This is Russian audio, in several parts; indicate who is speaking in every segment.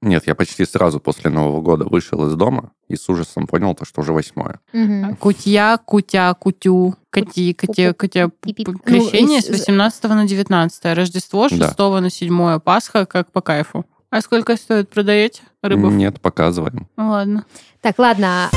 Speaker 1: Нет, я почти сразу после Нового года вышел из дома и с ужасом понял то, что уже восьмое.
Speaker 2: А
Speaker 3: Мгм.
Speaker 2: Кутья, кутя, кутю, коти, коте, котя.
Speaker 3: Пи-пи.
Speaker 2: п-
Speaker 3: Ну,
Speaker 2: Крещение с
Speaker 3: из-
Speaker 2: 18 на 19, Рождество с
Speaker 1: Да.
Speaker 2: 6 на 7, Пасха как по кайфу. А сколько стоит продаете рыбов?
Speaker 1: Нет, показываем.
Speaker 2: Ну ладно.
Speaker 3: Так, ладно.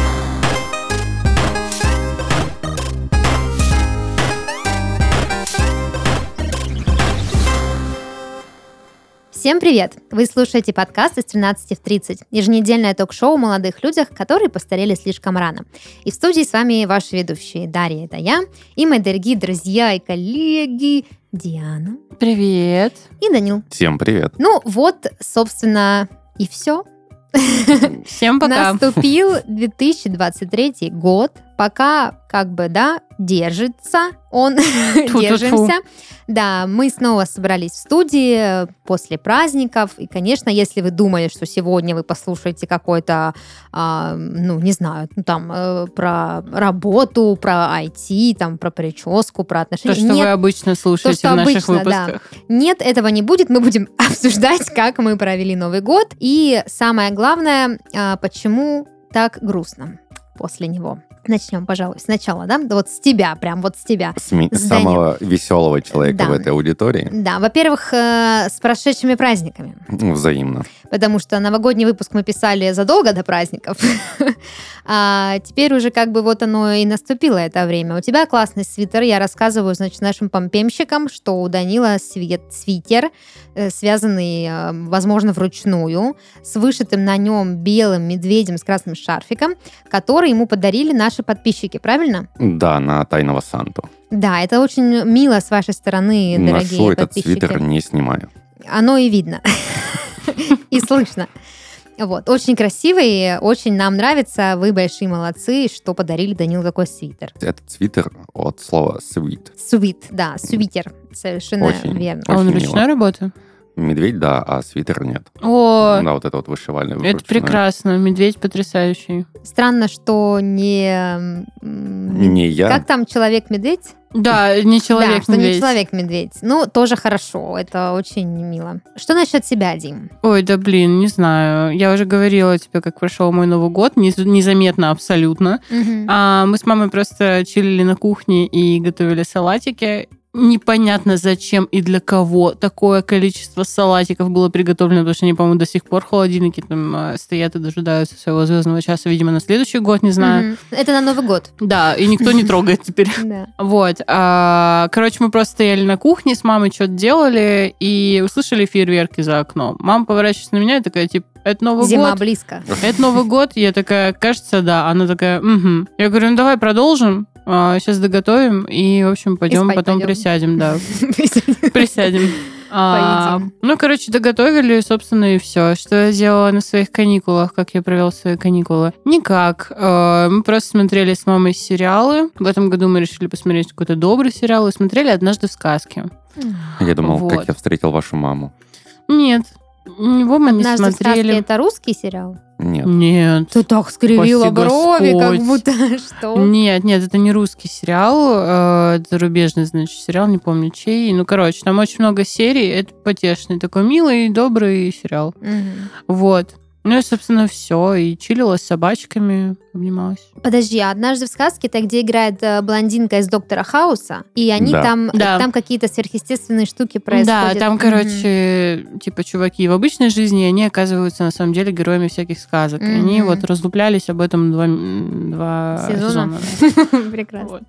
Speaker 3: Всем привет! Вы слушаете подкаст из 13 в 30, еженедельное ток-шоу о молодых людях, которые постарели слишком рано. И в студии с вами ваши ведущие Дарья, это я, и мои дорогие друзья и коллеги Диана
Speaker 2: Привет.
Speaker 3: и Данил.
Speaker 1: Всем привет.
Speaker 3: Ну вот, собственно, и все.
Speaker 2: Всем пока.
Speaker 3: Наступил 2023 год. Пока, как бы, да, держится он,
Speaker 2: Тьфу-тьфу-тьфу.
Speaker 3: держимся. Да, мы снова собрались в студии после праздников. И, конечно, если вы думали, что сегодня вы послушаете какой-то, а, ну, не знаю, ну, там, э, про работу, про IT, там, про прическу, про
Speaker 2: То,
Speaker 3: отношения.
Speaker 2: что
Speaker 3: Нет,
Speaker 2: вы обычно слушаете
Speaker 3: что
Speaker 2: в наших
Speaker 3: обычно, да.
Speaker 2: выпусках.
Speaker 3: нет, этого не будет. Мы будем обсуждать, как мы провели Новый год. И самое главное, а, почему так грустно после него. Начнем, пожалуй, сначала, да? Вот с тебя, прям вот с тебя.
Speaker 1: С ми-
Speaker 3: С
Speaker 1: самого веселого человека
Speaker 3: Да.
Speaker 1: в этой аудитории.
Speaker 3: Да, во-первых, э, с прошедшими праздниками.
Speaker 1: Ну, Взаимно.
Speaker 3: потому что новогодний выпуск мы писали задолго до праздников, а теперь уже как бы вот оно и наступило это время. У тебя классный свитер, я рассказываю, значит, нашим помпемщикам, что у Данила свет, свитер, э, связанный, э, возможно, вручную, с вышитым на нем белым медведем с красным шарфиком, который ему подарили наши подписчики, правильно?
Speaker 1: Да, на Тайного Санту.
Speaker 3: Да, это очень мило с вашей стороны, дорогие
Speaker 1: Ношу этот
Speaker 3: подписчики
Speaker 1: свитер, не снимаю.
Speaker 3: оно и видно. И слышно. Вот, очень красивый, очень нам нравится. Вы большие молодцы, что подарили Данилу такой свитер.
Speaker 1: Этот свитер от слова «свит».
Speaker 3: Свит, да, свитер. Совершенно
Speaker 1: Очень.
Speaker 3: верно.
Speaker 2: А он
Speaker 1: Очень
Speaker 2: ручной
Speaker 1: мило.
Speaker 2: работы?
Speaker 1: Медведь, да, а свитер нет.
Speaker 2: О,
Speaker 1: Да, вот это вот вышивальное.
Speaker 2: это прекрасно. Медведь потрясающий.
Speaker 3: Странно, что не... м,
Speaker 1: Не я.
Speaker 3: Как там человек-медведь?
Speaker 2: Да, не
Speaker 3: да, что не
Speaker 2: человек-медведь.
Speaker 3: человек-медведь. Ну, тоже хорошо, это очень мило. Что насчет себя, Дим?
Speaker 2: Ой, да блин, не знаю. Я уже говорила тебе, как прошел мой Новый год. Нез- Незаметно абсолютно.
Speaker 3: Мгм.
Speaker 2: А мы с мамой просто чилили на кухне и готовили салатики. Непонятно, зачем и для кого такое количество салатиков было приготовлено, потому что они, по-моему, до сих пор в холодильнике там э, стоят и дожидаются своего звездного часа, видимо, на следующий год, не знаю.
Speaker 3: Мгм. Это на Новый год.
Speaker 2: Да, и никто не трогает теперь.
Speaker 3: Да.
Speaker 2: Вот. а, короче, мы просто стояли на кухне, с мамой что-то делали и услышали фейерверки за окном. Мама поворачивается на меня и такая, типа, это Новый
Speaker 3: Зима
Speaker 2: год.
Speaker 3: близко.
Speaker 2: Это Новый год. Я такая, кажется, да. Она такая, угу. Я говорю, ну давай продолжим. а, сейчас доготовим и, в общем, пойдем,
Speaker 3: спать
Speaker 2: потом
Speaker 3: пойдем».
Speaker 2: присядем, да. Присядем. А,
Speaker 3: Поедим.
Speaker 2: ну, короче, доготовили, собственно, и все. Что я делала на своих каникулах, как я провела свои каникулы? Никак. Э, Мы просто смотрели с мамой сериалы. В этом году мы решили посмотреть какой-то добрый сериал и смотрели «Однажды в сказке».
Speaker 1: Я думал,
Speaker 2: Вот.
Speaker 1: как я встретил вашу маму.
Speaker 2: Нет, его мы не
Speaker 3: Однажды в сказке
Speaker 2: смотрели.
Speaker 3: это русский сериал?
Speaker 1: Нет.
Speaker 2: Нет.
Speaker 3: Ты так скривила
Speaker 2: Спаси
Speaker 3: брови, как
Speaker 2: Господь.
Speaker 3: будто что.
Speaker 2: Нет, нет, это не русский сериал, э, это зарубежный, значит, сериал, не помню чей. Ну, короче, там очень много серий, это потешный, такой милый, добрый сериал.
Speaker 3: Мгм.
Speaker 2: Вот. Ну и, собственно, все. И чилила с собачками, обнималась.
Speaker 3: Подожди, а однажды в сказке это где играет э, блондинка из доктора Хауса, и они
Speaker 1: Да.
Speaker 3: там,
Speaker 2: Да.
Speaker 3: там какие-то сверхъестественные штуки происходят.
Speaker 2: Да, там,
Speaker 3: Мгм.
Speaker 2: короче, типа, чуваки в обычной жизни, они оказываются, на самом деле, героями всяких сказок. И Они
Speaker 3: Мгм.
Speaker 2: вот разлуплялись об этом два, м, два
Speaker 3: Сезона.
Speaker 2: сезона. да.
Speaker 3: Прекрасно.
Speaker 2: Вот.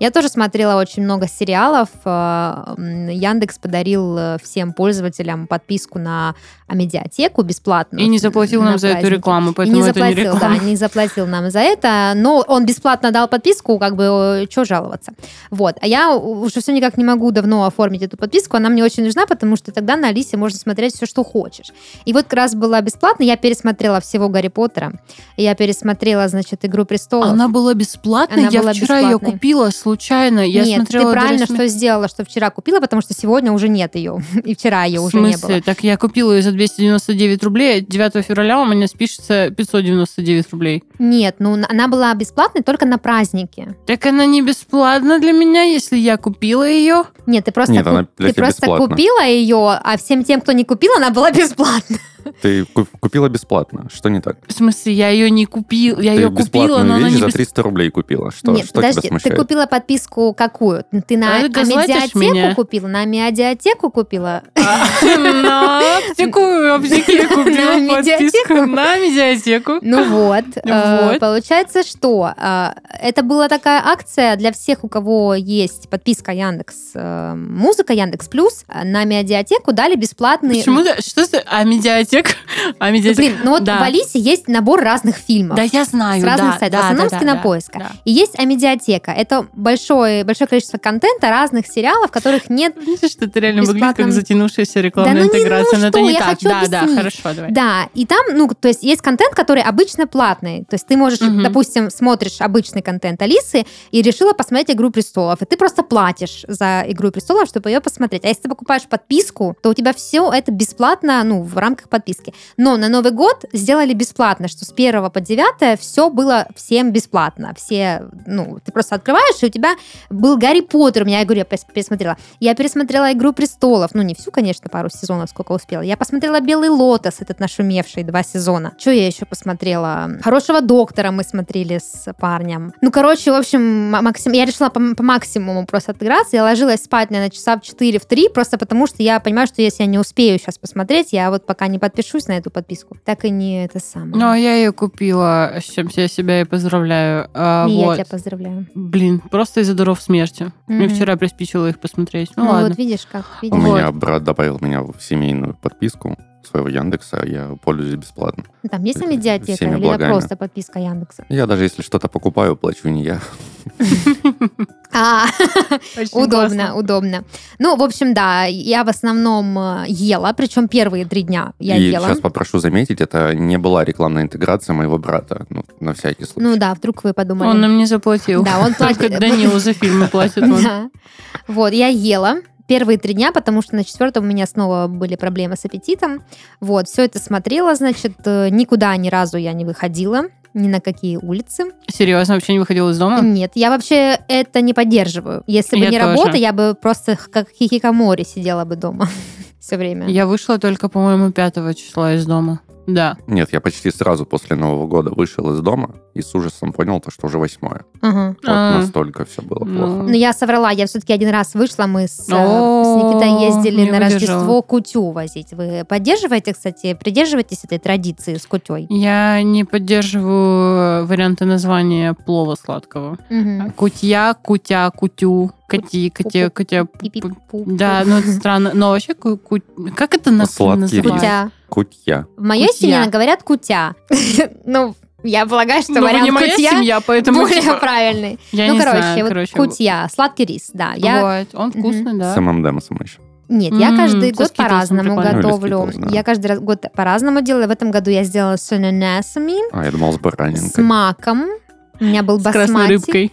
Speaker 3: Я тоже смотрела очень много сериалов. Э, м, Яндекс подарил э, всем пользователям подписку на медиатеку бесплатную.
Speaker 2: И не заплатил
Speaker 3: на
Speaker 2: нам за эту
Speaker 3: праздники.
Speaker 2: рекламу,
Speaker 3: И не
Speaker 2: поэтому это не
Speaker 3: заплатил, да,
Speaker 2: реклама.
Speaker 3: не заплатил нам за это, но он бесплатно дал подписку, как бы, что жаловаться. Вот, а я уже все никак не могу давно оформить эту подписку, она мне очень нужна, потому что тогда на Алисе можно смотреть все, что хочешь. И вот как раз была бесплатно, я пересмотрела всего Гарри Поттера, я пересмотрела, значит, «Игру престолов».
Speaker 2: Она была бесплатной,
Speaker 3: Она
Speaker 2: я
Speaker 3: была
Speaker 2: вчера ее
Speaker 3: бесплатной.
Speaker 2: купила случайно. Я
Speaker 3: нет, ты
Speaker 2: смотрела
Speaker 3: правильно
Speaker 2: даже сме-
Speaker 3: что сделала, что вчера купила, потому что сегодня уже нет ее, и вчера ее
Speaker 2: В
Speaker 3: уже не было.
Speaker 2: смысле? Так я купила ее за 299 рублей, 9 февраля у меня спишется 599 рублей.
Speaker 3: Нет, ну н- она была бесплатной только на празднике.
Speaker 2: Так она не бесплатна для меня, если я купила ее.
Speaker 3: Нет, ты просто,
Speaker 1: Нет,
Speaker 3: ку-
Speaker 1: она для
Speaker 3: ты
Speaker 1: тебя
Speaker 3: просто
Speaker 1: бесплатна.
Speaker 3: купила ее, а всем тем, кто не купил, она была бесплатна.
Speaker 1: Ты ку- купила бесплатно. Что не так?
Speaker 2: В смысле, я ее не купил, я
Speaker 1: ты
Speaker 2: ее купила,
Speaker 1: бесплатную
Speaker 2: но она
Speaker 1: вещь
Speaker 2: не
Speaker 1: за
Speaker 2: бес-
Speaker 1: 300 рублей купила. Что,
Speaker 3: Нет,
Speaker 1: что
Speaker 3: подожди,
Speaker 1: тебя
Speaker 3: ты
Speaker 1: смущает?
Speaker 3: купила подписку какую? Ты на
Speaker 2: А ты газлайтишь
Speaker 3: амедиатеку
Speaker 2: меня?
Speaker 3: купила? На амедиатеку купила?
Speaker 2: На аптеку, в аптеке я
Speaker 3: На
Speaker 2: купила подписку
Speaker 3: медиатеку.
Speaker 2: на медиатеку.
Speaker 3: Ну вот, э,
Speaker 2: Вот.
Speaker 3: получается, что э, это была такая акция для всех, у кого есть подписка Яндекс э, Музыка, Яндекс Плюс, э, на медиатеку дали бесплатные...
Speaker 2: Почему ты? Что за... А медиатек? А
Speaker 3: Ну,
Speaker 2: медиатек?
Speaker 3: блин, ну вот
Speaker 2: Да.
Speaker 3: в Алисе есть набор разных фильмов.
Speaker 2: Да я знаю,
Speaker 3: с разных
Speaker 2: А, да,
Speaker 3: сайтов,
Speaker 2: да,
Speaker 3: в основном
Speaker 2: да,
Speaker 3: с
Speaker 2: да,
Speaker 3: кинопоиска.
Speaker 2: да.
Speaker 3: И есть Амедиатека. Это большое, большое количество контента, разных сериалов, которых нет
Speaker 2: Видишь, что ты реально выглядишь
Speaker 3: Бесплатно.
Speaker 2: как затянувшаяся
Speaker 3: Да
Speaker 2: рекламная
Speaker 3: ну не, ну
Speaker 2: интеграция, но это
Speaker 3: что,
Speaker 2: не
Speaker 3: я
Speaker 2: так.
Speaker 3: хочу
Speaker 2: Да, да,
Speaker 3: объяснить.
Speaker 2: хорошо, давай.
Speaker 3: Да, и там, ну, то есть есть контент, который обычно платный. То есть ты можешь,
Speaker 2: Мгм.
Speaker 3: допустим, смотришь обычный контент Алисы и решила посмотреть «Игру престолов», и ты просто платишь за «Игру престолов», чтобы ее посмотреть. А если ты покупаешь подписку, то у тебя все это бесплатно, ну, в рамках подписки. Но на Новый год сделали бесплатно, что с 1 по 9 все было всем бесплатно. Все, ну, ты просто открываешь, и у тебя был Гарри Поттер, у меня, я говорю, я пес- пересмотрела. Я пересмотрела «Игру престолов». Ну, не всю, конечно, пару сезонов, сколько успела. Я посмотрела «Белый лотос», этот нашумевший, два сезона. Что я еще посмотрела? «Хорошего доктора» мы смотрели с парнем. Ну, короче, в общем, м- максим... я решила по, по максимуму просто отыграться. Я ложилась спать, наверное, часа в 4 в 3, просто потому что я понимаю, что если я не успею сейчас посмотреть, я вот пока не подпишусь на эту подписку, так и не это самое.
Speaker 2: Ну, а я ее купила, с чем я себя и поздравляю. А,
Speaker 3: и я
Speaker 2: вот.
Speaker 3: тебя поздравляю.
Speaker 2: Блин, просто из-за даров смерти. Мне
Speaker 3: Мгм.
Speaker 2: вчера приспичило их посмотреть. Ну,
Speaker 3: Ну,
Speaker 2: ладно.
Speaker 3: вот видишь, как
Speaker 1: У
Speaker 3: видишь.
Speaker 1: меня брат добавил меня в семейную подписку своего Яндекса, я пользуюсь бесплатно.
Speaker 3: Ну, Там есть медиатека
Speaker 1: Всеми
Speaker 3: или это
Speaker 1: благами.
Speaker 3: просто подписка Яндекса?
Speaker 1: Я даже если что-то покупаю, плачу не я.
Speaker 3: А,
Speaker 2: Очень
Speaker 3: удобно,
Speaker 2: классно.
Speaker 3: удобно. Ну, в общем, да, я в основном э, ела, причем первые три дня я
Speaker 1: и
Speaker 3: ела.
Speaker 1: сейчас попрошу заметить, это не была рекламная интеграция моего брата, ну, на всякий случай.
Speaker 3: Ну да, вдруг вы подумали.
Speaker 2: Он нам не заплатил.
Speaker 3: Да, он
Speaker 2: Только
Speaker 3: платит.
Speaker 2: Данилу за фильмы платит. он.
Speaker 3: Да. Вот, я ела первые три дня, потому что на четвертом у меня снова были проблемы с аппетитом. Вот, все это смотрела, значит, э, никуда ни разу я не выходила, ни на какие улицы.
Speaker 2: Серьезно, вообще не выходил из дома?
Speaker 3: Нет, я вообще это не поддерживаю. Если бы
Speaker 2: А. Я
Speaker 3: не
Speaker 2: тоже.
Speaker 3: работа, я бы просто х- как хикикамори сидела бы дома все время.
Speaker 2: Я вышла только, по-моему, 5 числа из дома. Да.
Speaker 1: Нет, я почти сразу после Нового года вышел из дома и с ужасом понял, то, что уже восьмое.
Speaker 3: Ага.
Speaker 1: Вот
Speaker 2: А.
Speaker 1: настолько все было
Speaker 2: Ну.
Speaker 1: плохо.
Speaker 3: Ну, я соврала, я все-таки один раз вышла, мы с, э, с
Speaker 2: О,
Speaker 3: Никитой ездили
Speaker 2: не
Speaker 3: на
Speaker 2: выдержала.
Speaker 3: Рождество кутю возить. Вы поддерживаете, кстати, придерживаетесь этой традиции с кутей?
Speaker 2: Я не поддерживаю варианты названия плова сладкого.
Speaker 3: Мгм.
Speaker 2: Кутья, кутя, кутю, коти, коте, котя. пу-
Speaker 3: Пи-пи-пу.
Speaker 2: Да, ну это странно. Но вообще, ку- ку- как это на-
Speaker 1: Сладкий
Speaker 2: называется?
Speaker 3: Кутя.
Speaker 1: Кутья.
Speaker 3: В моей
Speaker 2: Кутя.
Speaker 3: семье говорят кутя. Ну, я полагаю, что
Speaker 2: Ну, вы не
Speaker 3: вариант
Speaker 2: моя
Speaker 3: кутья
Speaker 2: семья, поэтому...
Speaker 3: более
Speaker 2: типа,
Speaker 3: правильный.
Speaker 2: Я
Speaker 3: Ну,
Speaker 2: не
Speaker 3: короче,
Speaker 2: знаю,
Speaker 3: вот
Speaker 2: короче.
Speaker 3: кутья, сладкий рис, да. Я
Speaker 2: Вот, он
Speaker 3: Мгм.
Speaker 2: вкусный, да.
Speaker 1: С ММДМСом еще.
Speaker 3: Нет, я
Speaker 2: М,
Speaker 3: каждый
Speaker 2: со
Speaker 3: год
Speaker 2: скитлсом
Speaker 3: по-разному
Speaker 2: прикольно.
Speaker 1: Ну, или
Speaker 3: готовлю.
Speaker 1: скитлс, да.
Speaker 3: Я каждый раз- год по-разному делаю. В этом году я сделала с ананасами,
Speaker 1: А, я думал, с
Speaker 3: с
Speaker 1: баранинкой.
Speaker 3: маком. У меня был
Speaker 2: С красной
Speaker 3: басмати.
Speaker 2: рыбкой.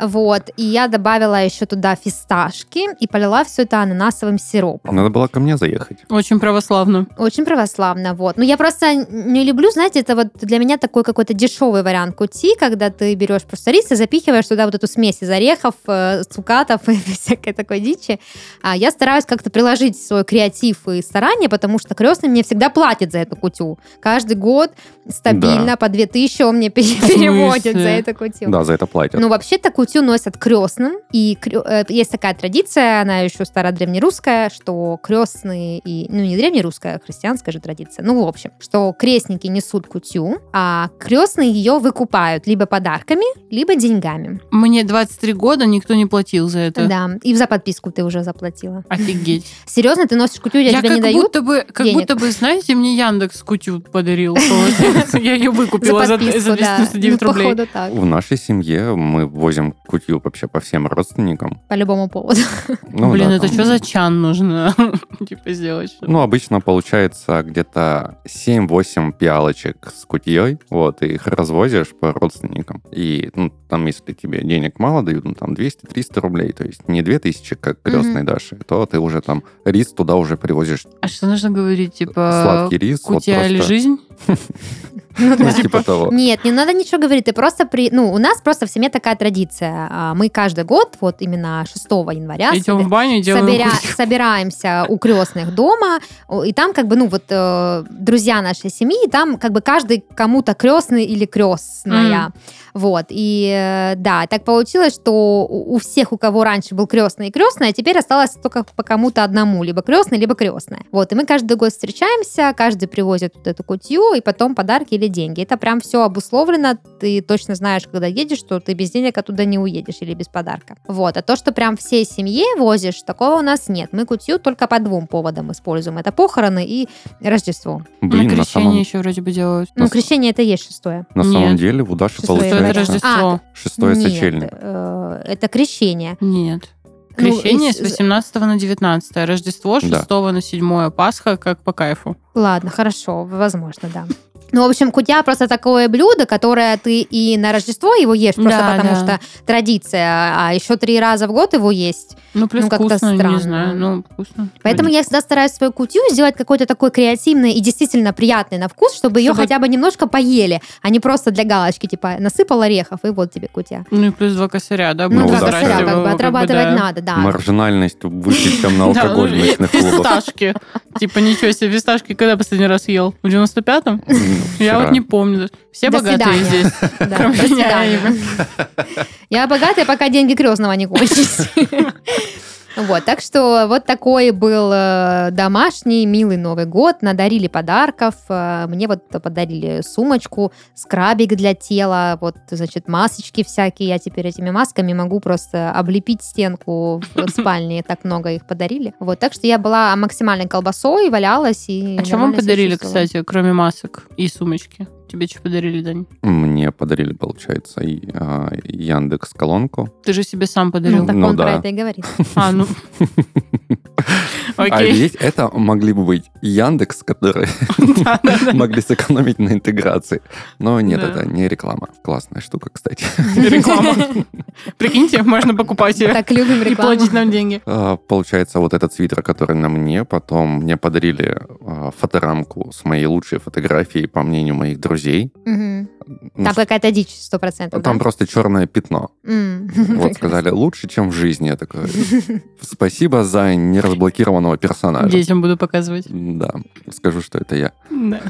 Speaker 3: Вот. И я добавила еще туда фисташки и полила все это ананасовым сиропом.
Speaker 1: Надо было ко мне заехать.
Speaker 2: Очень православно.
Speaker 3: Очень православно, вот. Но я просто не люблю, знаете, это вот для меня такой какой-то дешевый вариант кути, когда ты берешь просто рис и запихиваешь туда вот эту смесь из орехов, э, цукатов и всякой такой дичи. А я стараюсь как-то приложить свой креатив и старание, потому что крестный мне всегда платит за эту кутю. Каждый год стабильно по 2000 он мне пере-
Speaker 2: смысле?
Speaker 3: переводит за эту кутю.
Speaker 1: Да, за это платят.
Speaker 3: Ну, вообще-то кутю носят крестным, и крё- э, есть такая традиция, она еще стародревнерусская, что крестные и... Ну, не древнерусская, а христианская же традиция. Ну, в общем, что крестники несут кутю, а крестные ее выкупают либо подарками, либо деньгами.
Speaker 2: Мне 23 года, никто не платил за это.
Speaker 3: Да, и за подписку ты уже заплатила.
Speaker 2: Офигеть.
Speaker 3: Серьезно, ты носишь кутю, я,
Speaker 2: Я
Speaker 3: тебе
Speaker 2: как
Speaker 3: не даю?
Speaker 2: будто бы, как
Speaker 3: денег.
Speaker 2: будто бы, знаете, мне Яндекс кутю подарил. получается. Я ее выкупила за
Speaker 3: подписку,
Speaker 2: за
Speaker 3: да.
Speaker 2: 299
Speaker 3: Ну,
Speaker 2: рублей.
Speaker 3: походу так,
Speaker 1: В нашей семье мы возим кутью вообще по всем родственникам.
Speaker 3: по любому поводу.
Speaker 1: Ну,
Speaker 2: Блин,
Speaker 1: да,
Speaker 2: это
Speaker 1: там-
Speaker 2: что за чан нужно? Типа сделать что-то.
Speaker 1: Ну, обычно получается где-то 7-8 пиалочек с кутьей, вот, и их развозишь по родственникам. И, ну, там, если тебе денег мало дают, ну, там 200-300 рублей, то есть не 2000, как крестной
Speaker 3: Мгм.
Speaker 1: Даши, то ты уже там рис туда уже привозишь
Speaker 2: А что нужно говорить, типа,
Speaker 1: сладкий рис. вот
Speaker 2: кутя или
Speaker 1: просто-
Speaker 2: жизнь?
Speaker 3: Ну
Speaker 1: Ну,
Speaker 3: да.
Speaker 1: типа того.
Speaker 3: Нет, не надо ничего говорить. Ты просто при... Ну, у нас просто в семье такая традиция. А, Мы каждый год, вот именно 6 января,
Speaker 2: Идем в
Speaker 3: собе-
Speaker 2: баню, делаем
Speaker 3: собиря-
Speaker 2: курс.
Speaker 3: собираемся у крестных дома, о, и там как бы, ну, вот э, друзья нашей семьи, и там как бы каждый кому-то крестный или крестная. Вот, и э, да, так получилось, что у у всех, у кого раньше был крестный и крестная, теперь осталось только по кому-то одному, либо крестный, либо крестная. Вот, и мы каждый год встречаемся, каждый привозит вот эту кутью, и потом подарки или деньги. Это прям все обусловлено, ты точно знаешь, когда едешь, что ты без денег оттуда не уедешь или без подарка. Вот, а то, что прям всей семье возишь, такого у нас нет. Мы кутью только по двум поводам используем. Это похороны и Рождество.
Speaker 1: Блин, на
Speaker 2: на крещение
Speaker 1: самом,
Speaker 2: еще вроде бы делают.
Speaker 3: Ну,
Speaker 1: Нас-
Speaker 3: крещение это и есть шестое.
Speaker 1: на самом
Speaker 2: Нет.
Speaker 1: деле у Даши
Speaker 3: Шестое
Speaker 2: Что это
Speaker 1: получается
Speaker 3: Рождество.
Speaker 2: Рождество?
Speaker 1: шестое
Speaker 3: Нет,
Speaker 1: сочельник.
Speaker 3: э, это крещение.
Speaker 2: Нет.
Speaker 3: Ну,
Speaker 2: Крещение
Speaker 3: из-
Speaker 2: с 18 на 19, Рождество с
Speaker 1: Да.
Speaker 2: 6 на 7, Пасха как по кайфу.
Speaker 3: Ладно, хорошо, возможно, да. Ну, в общем, кутя просто такое блюдо, которое ты и на Рождество его ешь, просто
Speaker 2: Да,
Speaker 3: потому
Speaker 2: да.
Speaker 3: что традиция, а еще три раза в год его есть.
Speaker 2: Ну, плюс
Speaker 3: Ну, как-то
Speaker 2: вкусно,
Speaker 3: странно.
Speaker 2: не знаю. Ну, вкусно.
Speaker 3: Поэтому я всегда стараюсь свою кутью сделать какой-то такой креативный и действительно приятный на вкус, чтобы, ее
Speaker 2: Чтобы-
Speaker 3: хотя бы немножко поели, а не просто для галочки, типа, насыпал орехов, и вот тебе кутя.
Speaker 2: Ну, и плюс два косаря, да?
Speaker 3: Ну,
Speaker 1: Ну,
Speaker 2: будет
Speaker 3: два
Speaker 1: да,
Speaker 3: косаря,
Speaker 2: красиво,
Speaker 3: как бы, отрабатывать
Speaker 2: да.
Speaker 3: надо, да.
Speaker 1: Маржинальность выше, чем на
Speaker 2: Да, ну,
Speaker 1: алкоголь в
Speaker 2: и
Speaker 1: ночных клубах.
Speaker 2: Фисташки. Типа, ничего себе, фисташки когда последний раз ел? В 95-м?
Speaker 1: М, ну,
Speaker 2: Я
Speaker 1: вчера.
Speaker 2: вот не помню. Все
Speaker 3: До
Speaker 2: богатые
Speaker 3: свидания.
Speaker 2: здесь.
Speaker 3: Да,
Speaker 2: Кроме
Speaker 3: до
Speaker 2: меня,
Speaker 3: свидания. Я богатая, пока деньги крестного не кончились. Вот, так что вот такой был э, домашний, милый Новый год. Надарили подарков. Э, Мне вот подарили сумочку, скрабик для тела, вот, значит, масочки всякие. Я теперь этими масками могу просто облепить стенку в спальне. Так много их подарили. Вот, так что я была максимально колбасой, валялась. И
Speaker 2: А что вам
Speaker 3: нормально себя
Speaker 2: подарили,
Speaker 3: чувствовала.
Speaker 2: кстати, кроме масок и сумочки? Тебе что подарили, Дань?
Speaker 1: Мне подарили, получается, а, Яндекс колонку.
Speaker 2: Ты же себе сам
Speaker 3: Ну,
Speaker 2: подарил.
Speaker 3: так
Speaker 1: Ну
Speaker 3: он про
Speaker 1: да.
Speaker 3: это и говорит.
Speaker 2: А, ну...
Speaker 1: А
Speaker 2: Окей.
Speaker 1: ведь это могли бы быть Яндекс, которые
Speaker 2: Да-да-да.
Speaker 1: могли сэкономить на интеграции. Но нет,
Speaker 2: Да.
Speaker 1: это не реклама. Классная штука, кстати.
Speaker 2: Реклама. Прикиньте, можно покупать ее
Speaker 3: Так любим
Speaker 2: и
Speaker 3: рекламу.
Speaker 2: платить нам деньги.
Speaker 1: А, Получается, вот этот свитер, который на мне, потом мне подарили а, фоторамку с моей лучшей фотографией, по мнению моих друзей.
Speaker 3: Мгм.
Speaker 1: Ну,
Speaker 3: Там
Speaker 1: что-
Speaker 3: какая-то дичь, сто процентов.
Speaker 1: Там
Speaker 3: да?
Speaker 1: просто черное пятно.
Speaker 3: М.
Speaker 1: Вот сказали, лучше, чем в жизни. Я такой, спасибо за неразблокированного персонажа.
Speaker 2: Детям буду показывать.
Speaker 1: Да, скажу, что это я.
Speaker 2: Да.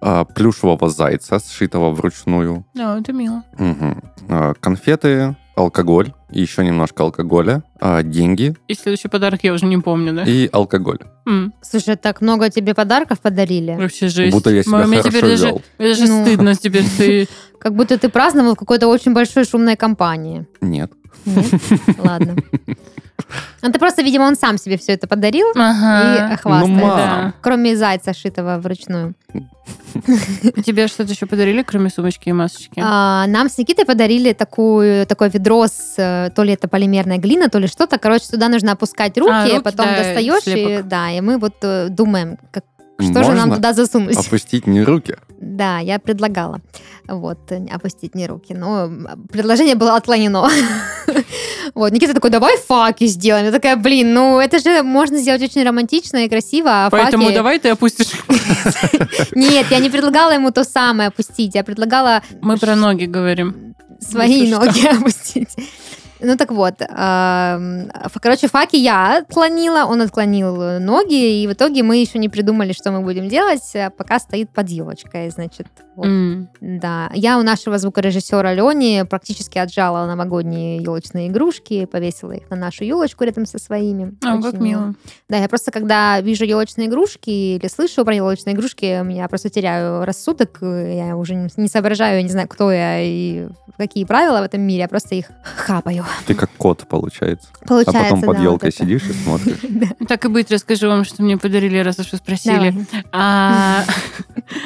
Speaker 1: А, Плюшевого зайца, сшитого вручную.
Speaker 2: Да, это мило.
Speaker 1: Мгм. А, Конфеты, алкоголь, и еще немножко алкоголя, а, деньги
Speaker 2: И следующий подарок я уже не помню, да?
Speaker 1: и алкоголь.
Speaker 2: М,
Speaker 3: Слушай, так много тебе подарков подарили.
Speaker 2: Вообще жесть.
Speaker 1: Будто я себя
Speaker 2: Мам, мне
Speaker 1: хорошо
Speaker 2: теперь даже,
Speaker 1: вел.
Speaker 2: мне даже
Speaker 3: Ну.
Speaker 2: стыдно теперь. Ты...
Speaker 3: Как будто ты праздновал в какой-то очень большой шумной компании.
Speaker 1: Нет.
Speaker 3: Нет? Ладно. А ты просто, видимо, он сам себе все это подарил и
Speaker 2: Ага.
Speaker 1: Ну,
Speaker 3: хвастается.
Speaker 2: мам.
Speaker 3: Кроме зайца, шитого вручную.
Speaker 2: Тебе что-то еще подарили, кроме сумочки и масочки?
Speaker 3: А, нам с Никитой подарили такую, такое ведро с... э, То ли это полимерная глина, то ли что-то. Короче, туда нужно опускать руки,
Speaker 2: руки,
Speaker 3: потом
Speaker 2: да,
Speaker 3: достаешь. И,
Speaker 2: слепок.
Speaker 3: да, и мы вот э, думаем, как- что же нам
Speaker 1: Можно
Speaker 3: туда засунуть.
Speaker 1: Опустить не руки.
Speaker 3: Да, я предлагала. Вот, э, опустить мне руки. Но м, предложение было отклонено. Вот, Никита такой, давай факи сделаем. Я такая, блин, ну это же можно сделать очень романтично и красиво, а
Speaker 2: Поэтому
Speaker 3: факи...
Speaker 2: давай ты опустишь.
Speaker 3: Нет, я не предлагала ему то самое опустить, я предлагала
Speaker 2: Мы про ноги говорим.
Speaker 3: свои
Speaker 2: Если что.
Speaker 3: ноги опустить. Ну так вот, эм, ф- короче, факи я отклонила, он отклонил э, ноги, и в итоге мы еще не придумали, что мы будем делать, э, пока стоит под елочкой, значит. вот.
Speaker 2: М.
Speaker 3: Да, я у нашего звукорежиссера Лени практически отжала новогодние елочные игрушки, повесила их на нашу елочку рядом со своими.
Speaker 2: А,
Speaker 3: Очень
Speaker 2: как мило.
Speaker 3: Да, я просто, когда вижу елочные игрушки или слышу про елочные игрушки, у меня просто теряю рассудок, э, я уже не- не соображаю, я не знаю, кто я и какие правила в этом мире, я просто их хапаю.
Speaker 1: Ты как кот, получается. А
Speaker 3: Получается,
Speaker 1: потом под
Speaker 3: да,
Speaker 1: елкой
Speaker 3: вот это.
Speaker 1: сидишь и смотришь.
Speaker 2: Так и быть, расскажу вам, что мне подарили, раз уж вы
Speaker 3: Давай.
Speaker 2: спросили. А,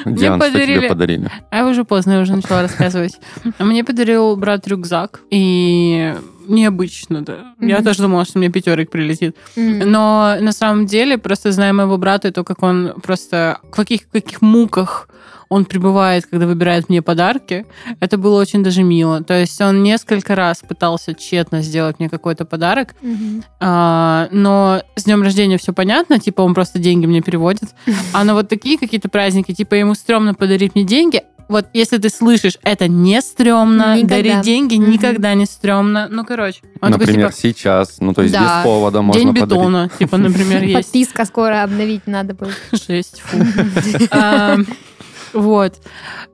Speaker 1: Диан, что
Speaker 2: подарили-
Speaker 1: тебе подарили?
Speaker 2: А уже поздно, я уже начала рассказывать. Мне подарил брат рюкзак, и необычно, да. Я
Speaker 3: Мгм.
Speaker 2: тоже думала, что мне пятерик прилетит.
Speaker 3: М.
Speaker 2: Но на самом деле, просто зная моего брата, и то, как он просто в каких, в каких муках он пребывает, когда выбирает мне подарки, это было очень даже мило. То есть он несколько раз пытался тщетно сделать мне какой-то подарок,
Speaker 3: Мгм.
Speaker 2: а, но с днем рождения все понятно, типа он просто деньги мне переводит. А на вот такие какие-то праздники, типа ему стрёмно подарить мне деньги, вот если ты слышишь, это не стрёмно,
Speaker 3: Никогда.
Speaker 2: дарить деньги
Speaker 3: Мгм.
Speaker 2: никогда не стрёмно. Ну, короче. Он такой,
Speaker 1: Например,
Speaker 2: типа,
Speaker 1: сейчас, ну то есть
Speaker 2: Да.
Speaker 1: без повода можно
Speaker 2: день
Speaker 1: подарить.
Speaker 2: бетона, типа, например, есть.
Speaker 3: Подписка скоро обновить надо будет.
Speaker 2: Жесть, фу. Эм, Вот.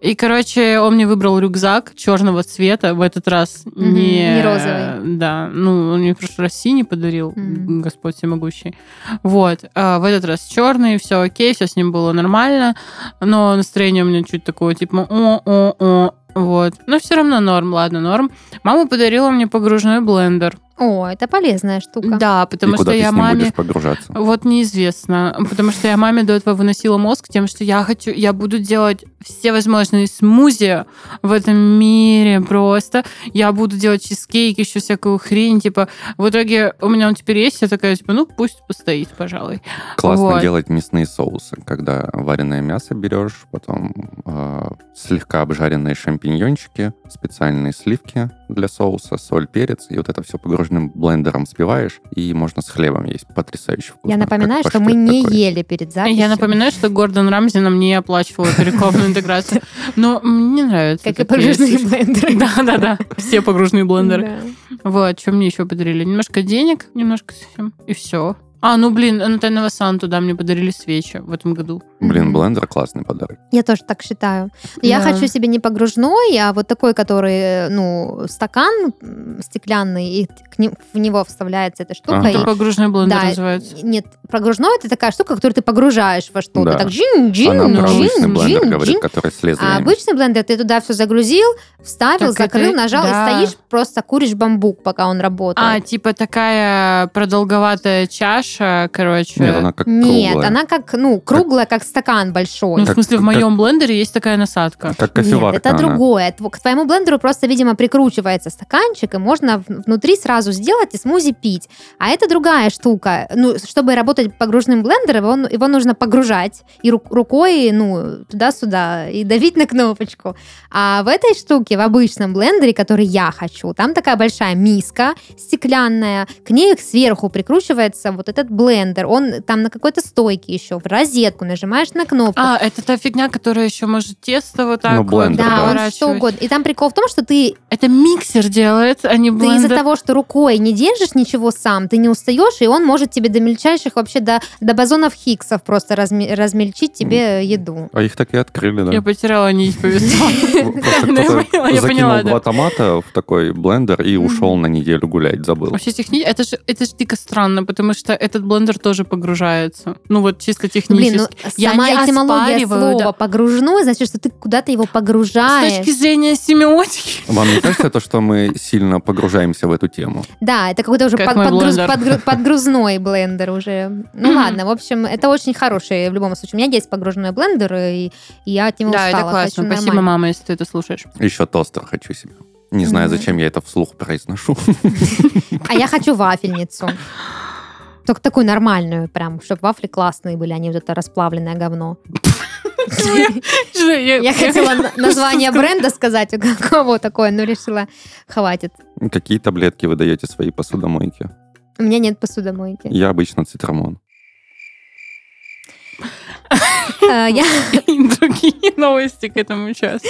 Speaker 2: И, короче, он мне выбрал рюкзак черного цвета. В этот раз
Speaker 3: Мгм,
Speaker 2: не...
Speaker 3: не розовый.
Speaker 2: Да. Ну, он мне в прошлый раз синий подарил.
Speaker 3: Мгм.
Speaker 2: Господь всемогущий. Вот. А В этот раз черный, все окей, все с ним было нормально. Но настроение у меня чуть такое, типа, о-о-о. Вот. Но все равно норм, ладно, норм. Мама подарила мне погружной блендер.
Speaker 3: О, это полезная штука.
Speaker 2: Да,
Speaker 1: и
Speaker 2: потому что
Speaker 1: куда ты
Speaker 2: я
Speaker 1: с ним
Speaker 2: маме
Speaker 1: будешь погружаться?
Speaker 2: вот неизвестно, потому что я маме до этого выносила мозг тем, что я хочу, я буду делать все возможные смузи в этом мире просто. Я буду делать чизкейки, еще всякую хрень, типа. В итоге у меня он теперь есть, я такая, типа, ну пусть постоит, пожалуй.
Speaker 1: Классно
Speaker 2: Вот.
Speaker 1: делать мясные соусы, когда вареное мясо берешь, потом э, слегка обжаренные шампиньончики, специальные сливки для соуса, соль, перец, и вот это все погруженным блендером сбиваешь, и можно с хлебом есть. Потрясающе вкусно.
Speaker 3: Я напоминаю,
Speaker 1: Как
Speaker 3: что мы
Speaker 1: паштет
Speaker 3: не
Speaker 1: такой.
Speaker 3: ели перед записью.
Speaker 2: Я напоминаю, что Гордон Рамзи нам не оплачивал эту рекламную интеграцию, но мне нравится.
Speaker 3: Как и
Speaker 2: такие
Speaker 3: погружные
Speaker 2: штучки.
Speaker 3: блендеры.
Speaker 2: Да, да, да. Все погружные блендеры.
Speaker 3: Да.
Speaker 2: Вот, что мне еще подарили? Немножко денег, немножко совсем, и все. А, ну блин, на Тайного Санту, да, мне подарили свечи в этом году.
Speaker 1: Блин,
Speaker 3: Мгм.
Speaker 1: блендер классный подарок.
Speaker 3: Я тоже так считаю. Но Я
Speaker 2: Да.
Speaker 3: хочу себе не погружной, а вот такой, который, ну, стакан м, стеклянный, и к ним- в него вставляется эта штука.
Speaker 1: Ага.
Speaker 3: и-
Speaker 2: Это погружной блендер
Speaker 3: да,
Speaker 2: называется.
Speaker 3: Нет, погружной это такая штука, которую ты погружаешь во что-то.
Speaker 1: Да.
Speaker 3: Так джин, джин,
Speaker 1: Она про
Speaker 3: джин,
Speaker 2: ну,
Speaker 1: обычный
Speaker 3: джин,
Speaker 1: блендер говорит,
Speaker 3: джин.
Speaker 1: который с лезвиями.
Speaker 3: А обычный блендер ты туда все загрузил, вставил,
Speaker 2: Так это-
Speaker 3: закрыл, нажал
Speaker 2: да.
Speaker 3: и стоишь, просто куришь бамбук, пока он
Speaker 2: А,
Speaker 3: работает.
Speaker 2: типа такая продолговатая чаша, короче.
Speaker 1: Нет, она как
Speaker 3: Нет,
Speaker 1: круглая.
Speaker 3: она как, ну, круглая, как стакан большой.
Speaker 2: Ну, в
Speaker 1: Как-
Speaker 2: смысле, в
Speaker 1: как-
Speaker 2: моем блендере есть такая насадка.
Speaker 1: Как
Speaker 3: Нет,
Speaker 1: кофеварка
Speaker 3: это
Speaker 1: она.
Speaker 3: другое. Тво- К твоему блендеру просто, видимо, прикручивается стаканчик, и можно в- внутри сразу сделать и смузи пить. А это другая штука. Ну, чтобы работать погружным блендером, он- его, нужно погружать и ру- рукой, ну, туда-сюда, и давить на кнопочку. А в этой штуке, в обычном блендере, который я хочу, там такая большая миска стеклянная, к ней сверху прикручивается вот этот блендер. Он там на какой-то стойке еще, в розетку нажимаешь на кнопку.
Speaker 2: А, это та фигня, которая еще может тесто вот так
Speaker 1: Ну, блендер, да.
Speaker 2: вот
Speaker 3: Да, он
Speaker 2: поворачивать.
Speaker 3: что угодно. И там прикол в том, что ты
Speaker 2: Это миксер делает, а не
Speaker 3: Ты из-за
Speaker 2: блендер.
Speaker 3: того, что рукой не держишь ничего сам, ты не устаешь, и он может тебе до мельчайших, вообще до, до бозонов Хиггсов просто разме- размельчить тебе еду.
Speaker 1: А их так и открыли, да.
Speaker 2: Я потеряла нить, повезло.
Speaker 1: Просто
Speaker 2: Да,
Speaker 1: кто-то
Speaker 2: я поняла, я поняла,
Speaker 1: закинул
Speaker 2: да.
Speaker 1: два томата в такой блендер и
Speaker 3: Мгм.
Speaker 1: ушел на неделю гулять, забыл.
Speaker 2: Вообще техни... это же это ж дико странно, потому что этот блендер тоже погружается. Ну вот чисто технически.
Speaker 3: Блин, ну
Speaker 2: Я
Speaker 3: сама
Speaker 2: не
Speaker 3: этимология
Speaker 2: оспариваю,
Speaker 3: слова
Speaker 2: да.
Speaker 3: погружной, значит, что ты куда-то его
Speaker 2: С
Speaker 3: погружаешь.
Speaker 2: точки зрения семиотики.
Speaker 1: Вам не кажется то, что мы сильно погружаемся в эту тему?
Speaker 3: Да, это какой-то уже
Speaker 2: Как
Speaker 3: под-
Speaker 2: мой
Speaker 3: подгруз-
Speaker 2: блендер.
Speaker 3: подгру- подгрузной блендер уже. Ну ладно, в общем, это очень хороший в любом случае. У меня есть погружной блендер, и, и я от него
Speaker 2: Да,
Speaker 3: устала.
Speaker 2: это классно.
Speaker 3: хочу
Speaker 2: Спасибо,
Speaker 3: нормально.
Speaker 2: мама, если ты это слушаешь.
Speaker 1: Еще тостер хочу себе. Не знаю,
Speaker 3: Мгм.
Speaker 1: зачем я это вслух произношу.
Speaker 3: А я хочу вафельницу. Только такую нормальную, прям, чтобы вафли классные были, а не вот это расплавленное говно. Я хотела на- название бренда сказать, у кого такое, но решила, хватит.
Speaker 1: Какие таблетки вы даете своей посудомойке?
Speaker 3: У меня нет посудомойки.
Speaker 1: Я обычно цитрамон.
Speaker 3: Э, Я,
Speaker 2: И другие новости к этому часу.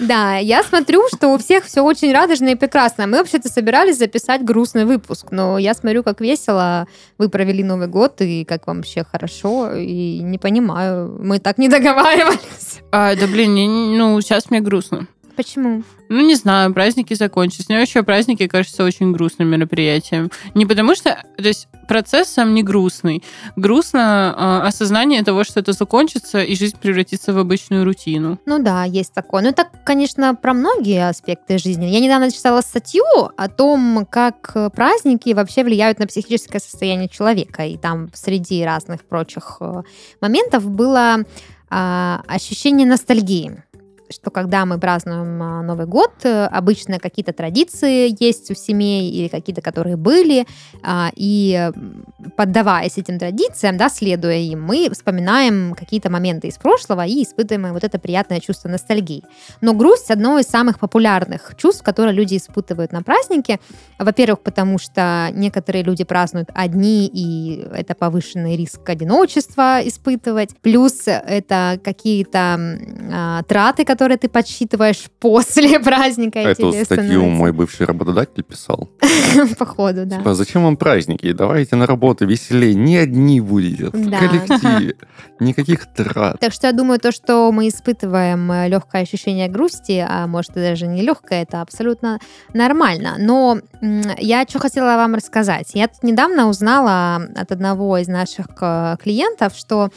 Speaker 3: да, я смотрю, что у всех все очень радужно и прекрасно. Мы вообще-то собирались записать грустный выпуск, но я смотрю, как весело вы провели Новый год и как вам вообще хорошо, и не понимаю, мы так не договаривались.
Speaker 2: А, да блин, я не- ну сейчас мне грустно.
Speaker 3: Почему?
Speaker 2: Ну, не знаю, праздники закончились. Мне вообще праздники кажутся очень грустным мероприятием. Не потому что... То есть процесс сам не грустный. Грустно а, осознание того, что это закончится, и жизнь превратится в обычную рутину.
Speaker 3: Ну да, есть такое. Ну это, конечно, про многие аспекты жизни. Я недавно читала статью о том, как э, праздники вообще влияют на психическое состояние человека. И там среди разных прочих э, моментов было а, ощущение ностальгии что когда мы празднуем а, Новый год, э, обычно какие-то традиции есть у семей или какие-то, которые были, а, и м, поддаваясь этим традициям, да, следуя им, мы вспоминаем какие-то моменты из прошлого и испытываем вот это приятное чувство ностальгии. Но грусть одно из самых популярных чувств, которые люди испытывают на празднике. Во-первых, потому что некоторые люди празднуют одни, и это повышенный риск одиночества испытывать. Плюс это какие-то м, а, траты, которые ты подсчитываешь после праздника. и
Speaker 1: Эту
Speaker 3: тебе
Speaker 1: статью
Speaker 3: становится-
Speaker 1: мой бывший работодатель писал.
Speaker 3: Походу, да.
Speaker 1: Типа, зачем вам праздники? Давайте на работу веселее. Не одни будете в
Speaker 3: Да.
Speaker 1: коллективе. Никаких трат.
Speaker 3: Так что я думаю, то, что мы испытываем легкое ощущение грусти, а может и даже не легкое, это абсолютно нормально. Но м, я что хотела вам рассказать. Я тут недавно узнала от одного из наших э, клиентов, что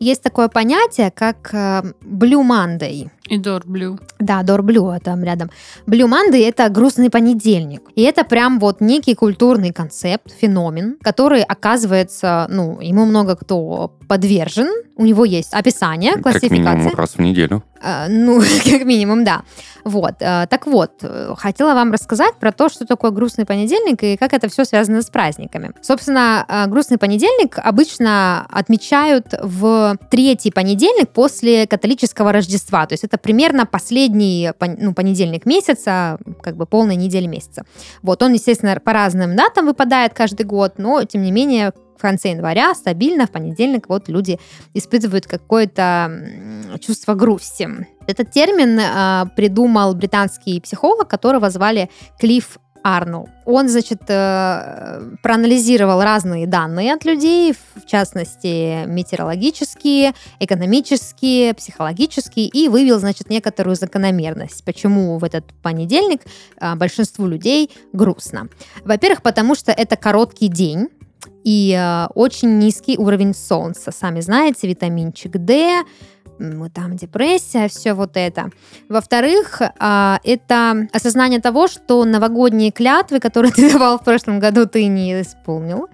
Speaker 3: есть такое понятие, как э, Blue Monday.
Speaker 2: И дорблю.
Speaker 3: Да, Дорблю, а там рядом. Блю Monday — это грустный понедельник. И это прям вот некий культурный концепт, феномен, который, оказывается, ну, ему много кто подвержен. У него есть описание,
Speaker 1: Как минимум
Speaker 3: классификация.
Speaker 1: раз в неделю.
Speaker 3: А, Ну, как минимум, да. Вот. э, Так вот, э, хотела вам рассказать про то, что такое грустный понедельник и как это все связано с праздниками. Собственно, э, грустный понедельник обычно отмечают в третий понедельник после католического Рождества. То есть это примерно последний пон- ну, понедельник месяца, как бы полная неделя месяца. Вот. Он, естественно, по разным датам выпадает каждый год, но, тем не менее, в конце января стабильно в понедельник вот люди испытывают какое-то м, чувство грусти. Этот термин а, придумал британский психолог, которого звали Клифф Арнул. Он, значит, э, проанализировал разные данные от людей, в- в частности, метеорологические, экономические, психологические, и вывел, значит, некоторую закономерность, почему в этот понедельник а, большинству людей грустно. Во-первых, потому что это короткий день, и э, очень низкий уровень солнца. Сами знаете, витаминчик D, м, там депрессия, все вот это. Во-вторых, а, это осознание того, что новогодние клятвы, которые ты давал в прошлом году, ты не исполнил.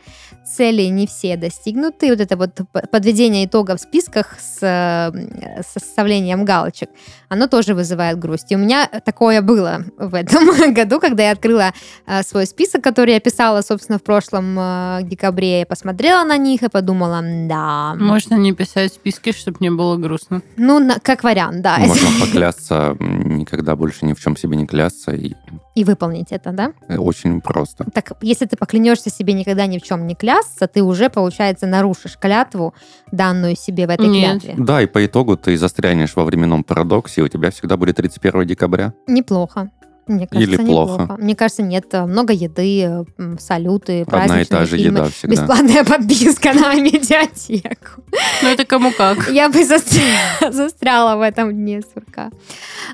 Speaker 3: Цели не все достигнуты. Вот это вот п- подведение итога в списках с э, м, с составлением галочек, оно тоже вызывает грусть. И у меня такое было в этом году, когда я открыла э, свой список, который я писала, собственно, в прошлом э, декабре. Я посмотрела на них и подумала, да.
Speaker 2: Можно не писать списки, чтобы не было грустно.
Speaker 3: Ну, на- как вариант, да.
Speaker 1: Можно поклясться, м, никогда больше ни в чем себе не клясться. И э,
Speaker 3: И выполнить это, да?
Speaker 1: очень просто.
Speaker 3: Так, если ты поклянешься себе никогда ни в чем не клясться, ты уже, получается, нарушишь клятву, данную себе в этой
Speaker 2: Нет.
Speaker 3: клятве.
Speaker 1: Да, и по итогу ты застрянешь во временном парадоксе, и у тебя всегда будет 31 декабря.
Speaker 3: Неплохо. Мне кажется,
Speaker 1: Или плохо.
Speaker 3: неплохо. Мне кажется, нет. э, Много еды, э, м, салюты,
Speaker 1: Одна
Speaker 3: праздничные
Speaker 1: и та же
Speaker 3: фильмы.
Speaker 1: еда всегда.
Speaker 3: Бесплатная подписка на медиатеку.
Speaker 2: Ну, это кому как.
Speaker 3: Я бы застря- застряла в этом дне сурка.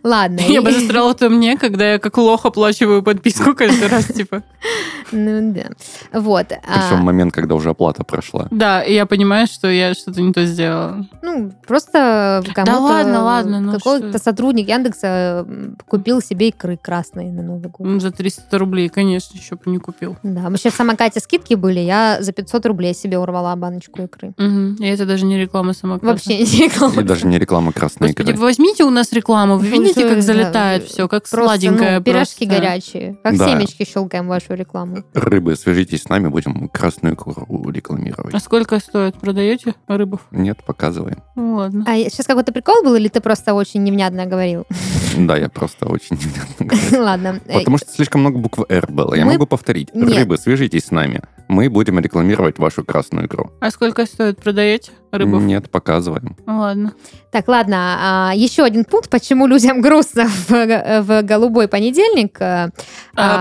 Speaker 3: Ладно.
Speaker 2: Я
Speaker 3: и-
Speaker 2: бы застряла то мне, когда я как лох оплачиваю подписку каждый раз, типа.
Speaker 3: Ну да. Вот. а,
Speaker 1: Причем момент, когда уже оплата прошла.
Speaker 2: Да, и я понимаю, что я что-то не то сделала.
Speaker 3: ну, просто кому-то...
Speaker 2: ладно, ладно, ну
Speaker 3: Какой-то
Speaker 2: что?
Speaker 3: сотрудник Яндекса м, купил себе икры красные на Новый год.
Speaker 2: Ну, За 300 рублей, конечно, еще бы не купил.
Speaker 3: Да, мы сейчас в самокате скидки были, я за 500 рублей себе урвала баночку икры.
Speaker 2: Мгм. И это даже не реклама сама.
Speaker 3: Вообще не
Speaker 1: И даже не реклама красной
Speaker 2: Господи,
Speaker 1: икры.
Speaker 2: возьмите у нас рекламу. Вы
Speaker 3: Ну,
Speaker 2: видите,
Speaker 3: что
Speaker 2: как
Speaker 3: это,
Speaker 2: залетает
Speaker 3: э,
Speaker 2: все, как
Speaker 3: Просто,
Speaker 2: сладенькое
Speaker 3: ну, пирожки
Speaker 2: просто.
Speaker 3: горячие. Как
Speaker 1: Да.
Speaker 3: семечки щелкаем вашу рекламу.
Speaker 1: Рыбы, свяжитесь с нами, будем красную икру рекламировать.
Speaker 2: А сколько стоит? Продаете рыбов?
Speaker 1: Нет, показываем.
Speaker 2: Ну, ладно.
Speaker 3: А сейчас какой-то прикол был, или ты просто очень невнятно говорил?
Speaker 1: Да, я просто очень невнятно говорю.
Speaker 3: Ладно. э,
Speaker 1: Потому что слишком много букв «Р» было. Я
Speaker 3: Мы-
Speaker 1: могу повторить.
Speaker 3: Нет.
Speaker 1: Рыбы, свяжитесь с нами. Мы будем рекламировать вашу красную икру.
Speaker 2: А сколько стоит? Продаете рыбов?
Speaker 1: Нет, показываем.
Speaker 2: Ну, ладно.
Speaker 3: Так, ладно, а, еще один пункт, почему людям грустно в, э, в голубой понедельник. э,
Speaker 2: А,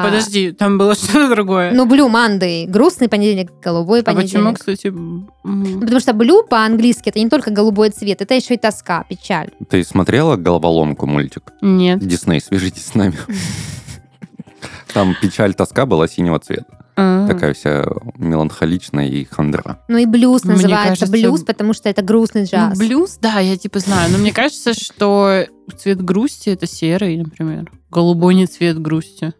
Speaker 3: А,
Speaker 2: подожди, там было что-то другое.
Speaker 3: Ну, блю Monday, грустный понедельник, голубой
Speaker 2: а почему,
Speaker 3: понедельник.
Speaker 2: кстати, м, м,
Speaker 3: Потому что блю по-английски это не только голубой цвет, это еще и тоска, печаль.
Speaker 1: Ты смотрела «Головоломку» мультик?
Speaker 2: нет?
Speaker 1: Дисней, свяжитесь с нами. Там печаль, тоска была синего цвета.
Speaker 2: А,
Speaker 1: Такая вся меланхоличная и хандра.
Speaker 3: Ну и блюз
Speaker 2: Мне
Speaker 3: называется
Speaker 2: кажется,
Speaker 3: блюз, потому что это грустный
Speaker 2: ну,
Speaker 3: джаз.
Speaker 2: Блюз, да, я типа знаю, но мне кажется, что цвет грусти это серый, например. Голубой не цвет грусти.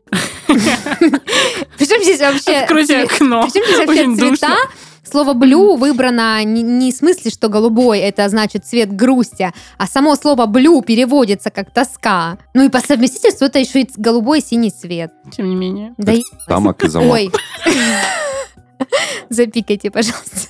Speaker 3: Причем здесь вообще цве-
Speaker 2: Откройте
Speaker 3: Э,
Speaker 2: окно.
Speaker 3: Причем здесь вообще
Speaker 2: Очень
Speaker 3: цвета,
Speaker 2: душно.
Speaker 3: Слово «блю» выбрано не, не в смысле, что голубой — это значит цвет грусти, а само слово «блю» переводится как «тоска». Ну и по совместительству это еще и ц- голубой и синий цвет.
Speaker 2: Тем не менее.
Speaker 3: Да и-
Speaker 1: Тамак и замок.
Speaker 3: Ой. Запикайте, пожалуйста.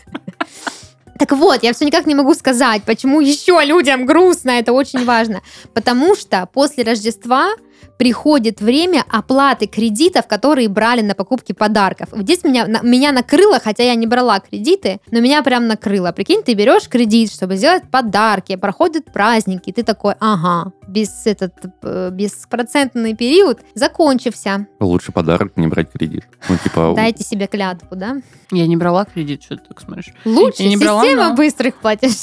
Speaker 3: Так вот, я все никак не могу сказать, почему еще людям грустно, это очень важно. Потому что после Рождества приходит время оплаты кредитов, которые брали на покупки подарков. Вот Здесь меня, на- меня накрыло, хотя я не брала кредиты, но меня прям накрыло. Прикинь, ты берешь кредит, чтобы сделать подарки, проходят праздники, и ты такой, ага, без этот, э, беспроцентный период закончился.
Speaker 1: Лучше подарок не брать кредит. Ну, типа,
Speaker 3: Дайте себе клятву, да?
Speaker 2: Я не брала кредит, что ты так смотришь?
Speaker 3: Лучше
Speaker 2: Я не брала,
Speaker 3: система
Speaker 2: но-
Speaker 3: быстрых платежей.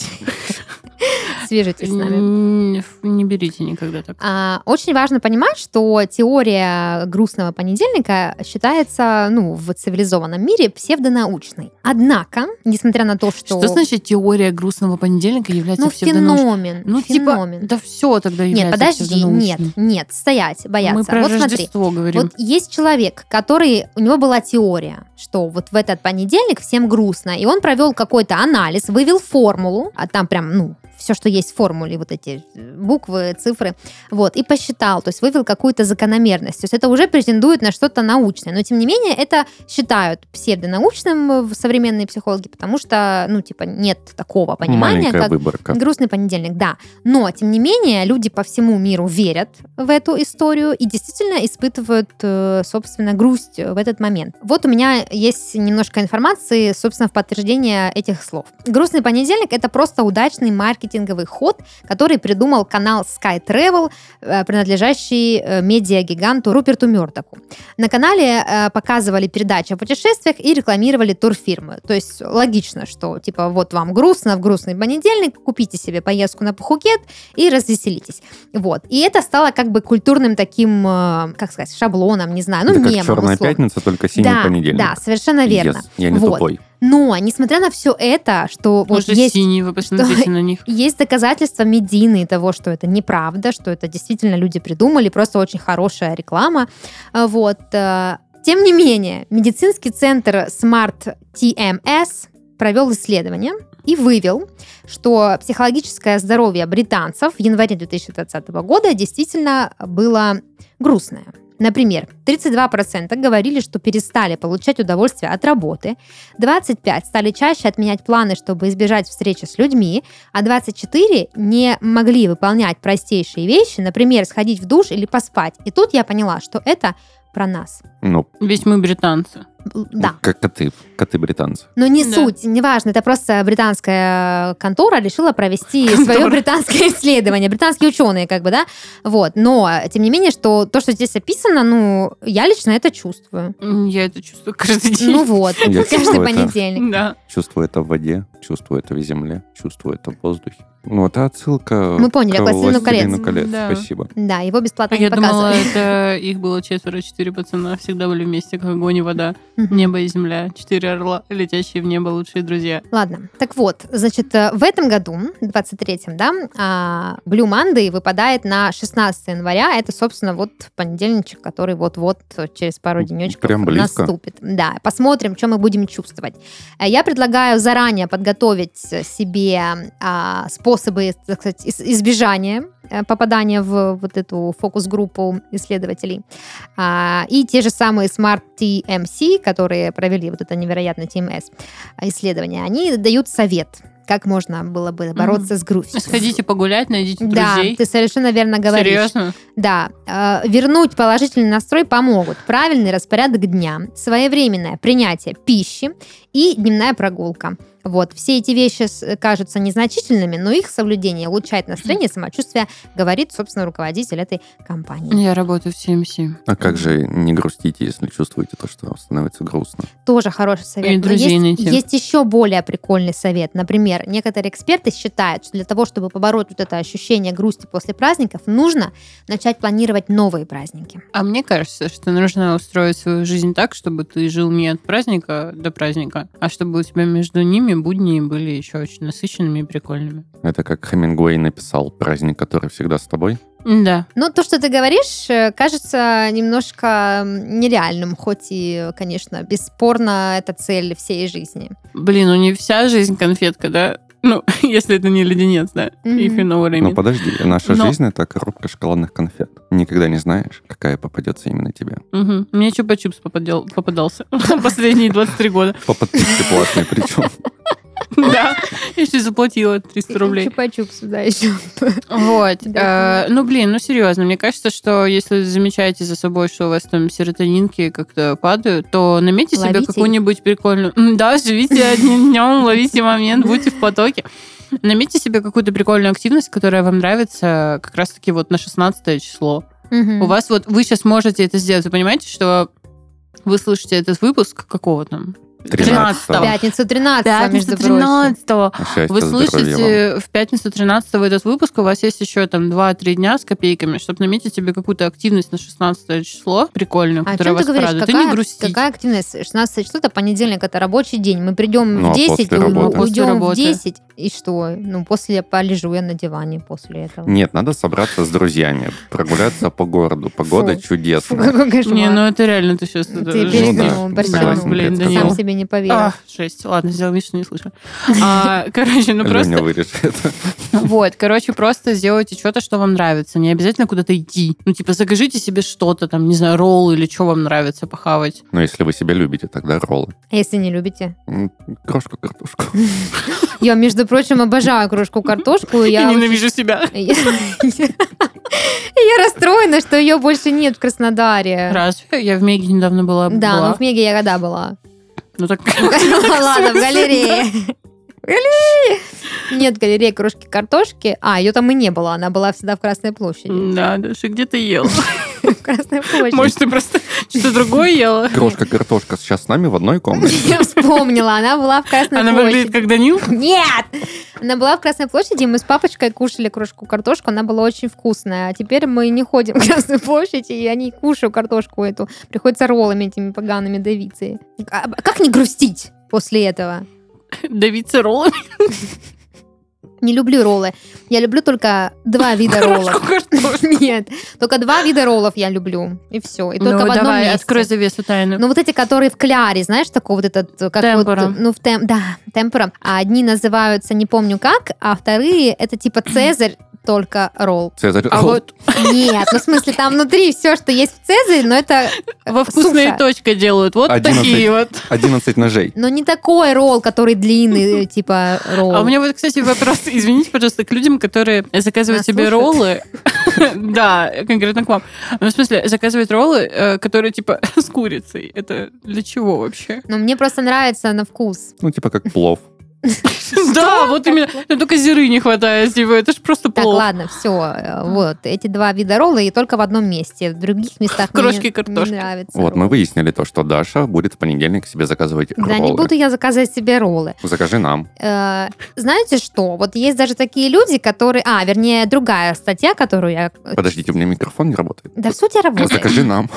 Speaker 3: Свяжитесь с нами.
Speaker 2: Н- Не, ф- не берите никогда так.
Speaker 3: А, Очень важно понимать, что теория грустного понедельника считается, ну, в цивилизованном мире псевдонаучной. Однако, несмотря на то, что...
Speaker 2: Что значит теория грустного понедельника является
Speaker 3: Ну,
Speaker 2: псевдонаучной?
Speaker 3: феномен.
Speaker 2: Ну,
Speaker 3: феномен.
Speaker 2: типа, да все тогда является
Speaker 3: нет, подожди, нет,
Speaker 2: псевдонаучным.
Speaker 3: нет, стоять, бояться.
Speaker 2: Мы про
Speaker 3: вот смотри,
Speaker 2: Рождество говорим.
Speaker 3: Вот есть человек, который, у него была теория, что вот в этот понедельник всем грустно, и он провел какой-то анализ, вывел формулу, а там прям, ну, все, что есть в формуле, вот эти э, буквы, цифры, вот, и посчитал, то есть вывел какую-то закономерность. То есть это уже претендует на что-то научное, но тем не менее это считают псевдонаучным э, в- современные психологи, потому что, ну, типа, нет такого понимания,
Speaker 1: маленькая
Speaker 3: как
Speaker 1: выборка.
Speaker 3: Грустный понедельник, да. Но, тем не менее, люди по всему миру верят в эту историю и действительно испытывают, э, собственно, грусть в этот момент. Вот у меня есть немножко информации, собственно, в подтверждение этих слов. Грустный понедельник — это просто удачный маркетинговый ход, который придумал канал Sky Travel, э, принадлежащий э, медиагиганту Руперту Мёрдоку. На канале э, показывали передачи о путешествиях и рекламировали турфирмы. То есть логично, что типа вот вам грустно в грустный понедельник, купите себе поездку на Пхукет и развеселитесь. Вот. И это стало как бы культурным таким, э, как сказать, шаблоном, не знаю, ну
Speaker 1: это
Speaker 3: мемом.
Speaker 1: как черная
Speaker 3: условно.
Speaker 1: пятница, только синий
Speaker 3: да,
Speaker 1: понедельник.
Speaker 3: да, совершенно верно.
Speaker 1: Yes, я не
Speaker 3: Вот.
Speaker 1: тупой.
Speaker 3: Но, несмотря на все это, что
Speaker 2: Потому
Speaker 3: вот
Speaker 2: что
Speaker 3: есть
Speaker 2: синие, вы посмотрите на них.
Speaker 3: есть доказательства медийные того, что это неправда, что это действительно люди придумали, просто очень хорошая реклама. А, Вот. э, Тем не менее, медицинский центр Smart TMS провел исследование и вывел, что психологическое здоровье британцев в январе 2020 года действительно было грустное. Например, 32% говорили, что перестали получать удовольствие от работы, 25% стали чаще отменять планы, чтобы избежать встречи с людьми, а 24 не могли выполнять простейшие вещи, например, сходить в душ или поспать. И тут я поняла, что это про нас.
Speaker 1: Ну,
Speaker 2: Ведь мы британцы.
Speaker 3: Л- Да.
Speaker 1: как коты, коты британцы.
Speaker 3: Но не
Speaker 2: Да.
Speaker 3: суть, неважно, это просто британская контора решила провести
Speaker 2: Контора.
Speaker 3: свое британское исследование, британские ученые, как бы, да, вот, но, тем не менее, что то, что здесь описано, ну, я лично это чувствую.
Speaker 2: М, Я это чувствую каждый день.
Speaker 3: Ну вот,
Speaker 1: Я
Speaker 3: каждый
Speaker 1: чувствую это.
Speaker 3: понедельник.
Speaker 2: да.
Speaker 1: Чувствую это в воде, чувствую это в земле, чувствую это в воздухе. Ну, это отсылка
Speaker 3: Мы поняли, к «Властелину
Speaker 1: «Властелину
Speaker 2: колец».
Speaker 1: колец».
Speaker 2: Да.
Speaker 1: Спасибо.
Speaker 3: Да, его бесплатно
Speaker 2: А
Speaker 3: не
Speaker 2: я думала,
Speaker 3: показывали.
Speaker 2: это их было четверо, четыре пацана всегда были вместе, как огонь и вода,
Speaker 3: Мгм.
Speaker 2: небо и земля, четыре орла, летящие в небо лучшие друзья.
Speaker 3: Ладно, так вот, значит, э, в этом году, 23-м, да, а, Blue Monday выпадает на 16 января. Это, собственно, вот понедельничек, который вот-вот э, через пару
Speaker 1: М,
Speaker 3: денечков
Speaker 1: прям близко.
Speaker 3: наступит. Да, посмотрим, что мы будем чувствовать. Э, Я предлагаю заранее подготовить себе а, способы, так сказать, из- избежания э, попадания в вот эту фокус-группу исследователей. А, и те же самые Smart TMC, которые провели вот это невероятное TMS исследование, они дают совет, как можно было бы бороться с грустью.
Speaker 2: Сходите погулять, найдите
Speaker 3: Да,
Speaker 2: друзей.
Speaker 3: ты совершенно верно говоришь.
Speaker 2: Серьезно?
Speaker 3: Да, э, вернуть положительный настрой помогут правильный распорядок дня, своевременное принятие пищи и дневная прогулка. Вот, все эти вещи с- кажутся незначительными, но их соблюдение улучшает настроение и самочувствие, говорит, собственно, руководитель этой компании.
Speaker 2: Я работаю в Эм CMC.
Speaker 1: А как же не грустите, если чувствуете то, что становится грустно?
Speaker 3: Тоже хороший совет.
Speaker 2: И
Speaker 3: Но
Speaker 2: друзей
Speaker 3: есть,
Speaker 2: найти.
Speaker 3: есть еще более прикольный совет. Например, некоторые эксперты считают, что для того, чтобы побороть вот это ощущение грусти после праздников, нужно начать планировать новые праздники.
Speaker 2: А мне кажется, что нужно устроить свою жизнь так, чтобы ты жил не от праздника до праздника, а чтобы у тебя между ними будни были еще очень насыщенными и прикольными.
Speaker 1: Это как Хемингуэй написал «Праздник, который всегда с тобой».
Speaker 2: Да.
Speaker 3: Но то, что ты говоришь, э, кажется немножко м, нереальным, хоть и, конечно, бесспорно это цель всей жизни.
Speaker 2: Блин, ну не вся жизнь конфетка, да? Ну, если это не леденец, да?
Speaker 3: Мгм.
Speaker 2: If you know what I mean.
Speaker 1: Ну подожди, наша
Speaker 2: Но-
Speaker 1: жизнь это коробка шоколадных конфет. Никогда не знаешь, какая попадется именно тебе.
Speaker 2: Мгм. Мне чупа-чупс попадел- попадался последние 23 года.
Speaker 1: По подписке платной причем.
Speaker 2: Да, я еще заплатила 300 рублей.
Speaker 3: Чупа-чупс, да, еще.
Speaker 2: Вот.
Speaker 3: Да.
Speaker 2: э, Ну, блин, ну серьезно, мне кажется, что если замечаете за собой, что у вас там серотонинки как-то падают, то наметьте
Speaker 3: Ловите
Speaker 2: себе
Speaker 3: их.
Speaker 2: какую-нибудь прикольную... М, Да, живите одним днем, ловите момент, будьте в потоке. Наметьте себе какую-то прикольную активность, которая вам нравится как раз-таки вот на 16 число. У вас вот... Вы сейчас можете это сделать. Вы понимаете, что вы слышите этот выпуск какого там? 13-го.
Speaker 3: Пятницу 13 между прочим.
Speaker 2: 13
Speaker 1: Счастье,
Speaker 2: вы
Speaker 1: здоровья
Speaker 2: слышите в пятницу 13 этот выпуск, у вас есть еще там 2-3 дня с копейками, чтобы наметить себе какую-то активность на 16 число прикольную,
Speaker 3: А о
Speaker 2: которая
Speaker 3: чем ты
Speaker 2: вас
Speaker 3: говоришь?
Speaker 2: порадует. И
Speaker 3: какая,
Speaker 2: не грустить.
Speaker 3: какая активность? 16 число, это понедельник, это рабочий день. Мы придем
Speaker 1: Ну, а
Speaker 3: в 10,
Speaker 1: после
Speaker 3: и
Speaker 1: работы?
Speaker 3: уйдем
Speaker 2: После
Speaker 3: в
Speaker 2: работы.
Speaker 3: 10, и что? Ну, после я полежу я на диване после этого.
Speaker 1: вам. Нет, надо собраться с друзьями, прогуляться по городу. Погода
Speaker 3: Фу. Фу,
Speaker 1: чудесная.
Speaker 3: какой кошмар.
Speaker 2: Не, ну это реально ты сейчас...
Speaker 3: Ты перегнул, Борщам.
Speaker 1: согласен,
Speaker 2: Блин,
Speaker 1: я
Speaker 3: Сам
Speaker 1: сказал.
Speaker 2: Данил.
Speaker 3: себе не поверил.
Speaker 2: А, Шесть. Ладно, сделал вид, что не слышал. А, Короче, ну
Speaker 1: Леня
Speaker 2: просто...
Speaker 1: вырежет это.
Speaker 2: Вот, короче, просто сделайте что-то, что вам нравится. Не обязательно куда-то идти. Ну, типа, закажите себе что-то, там, не знаю, ролл или что вам нравится похавать.
Speaker 1: Но если вы себя любите, тогда роллы.
Speaker 3: А Если не любите.
Speaker 1: М, Крошку, картошку.
Speaker 3: Я, между прочим, обожаю кружку картошку. и
Speaker 2: Я
Speaker 3: Я
Speaker 2: ненавижу себя.
Speaker 3: Я я расстроена, что ее больше нет в Краснодаре.
Speaker 2: Разве? Я в Меге недавно была.
Speaker 3: Да,
Speaker 2: была.
Speaker 3: но в Меге я когда была?
Speaker 2: Ну так...
Speaker 3: Ладно, в галерее. В галерее. Нет в галерее кружки картошки. А, ее там и не было. Она была всегда в Красной площади.
Speaker 2: Да, Даша, где ты ела?
Speaker 3: В Красной площади.
Speaker 2: Может, ты просто что-то другое ела?
Speaker 1: Крошка, картошка сейчас с нами в одной комнате.
Speaker 3: Я вспомнила, она была в Красной
Speaker 2: Она
Speaker 3: площади.
Speaker 2: выглядит как Данил?
Speaker 3: Нет! Она была в Красной площади, и мы с папочкой кушали кружку картошку, она была очень вкусная. А теперь мы не ходим в Красную площадь, и я не кушаю картошку эту. Приходится роллами этими погаными давиться. А как не грустить после этого?
Speaker 2: Давиться роллами.
Speaker 3: Не люблю роллы. Я люблю только два вида роллов. Нет, только два вида роллов я люблю. И все. И только в одном
Speaker 2: Ну, давай,
Speaker 3: месте.
Speaker 2: открой завесу тайны.
Speaker 3: Ну, вот эти, которые в кляре, знаешь, такой вот этот... э, Как
Speaker 2: Темпора.
Speaker 3: вот, э, ну, в тем, да, темпора. А одни называются не помню как, а вторые это типа Цезарь, только ролл.
Speaker 1: Цезарь
Speaker 2: А
Speaker 1: ролл.
Speaker 2: вот
Speaker 3: Нет, ну, в смысле, там внутри все, что есть в Цезаре, но это
Speaker 2: во вкусные
Speaker 3: суша.
Speaker 2: точка делают. Вот
Speaker 1: 11.
Speaker 2: такие вот.
Speaker 1: 11 ножей.
Speaker 3: Но не такой ролл, который длинный, э, типа ролл.
Speaker 2: А у меня вот, кстати, вопрос, извините, пожалуйста, к людям, которые заказывают
Speaker 3: Нас
Speaker 2: себе
Speaker 3: слушают?
Speaker 2: роллы. Да, конкретно к вам. Ну, в смысле, заказывают роллы, э, которые типа с курицей. Это для чего вообще?
Speaker 3: Но Ну, мне просто нравится на вкус.
Speaker 1: Ну, типа как плов.
Speaker 2: Да, вот именно. Ну, Только зиры не хватает, типа, это же просто
Speaker 3: Так,
Speaker 2: плохо.
Speaker 3: ладно, все. Вот, эти два вида ролла и только в одном месте. В других местах мне
Speaker 2: Крошки
Speaker 3: не
Speaker 2: картошки.
Speaker 3: нравится.
Speaker 1: Вот,
Speaker 3: ролл.
Speaker 1: мы выяснили то, что Даша будет в понедельник себе заказывать
Speaker 3: Да, не буду
Speaker 1: роллы.
Speaker 3: я заказывать себе роллы.
Speaker 1: Закажи нам.
Speaker 3: Э, знаете что? Вот есть даже такие люди, которые... А, вернее, другая статья, которую я...
Speaker 1: Подождите, у меня микрофон не работает.
Speaker 3: Да в сути
Speaker 1: Ну,
Speaker 3: работает.
Speaker 1: Закажи нам.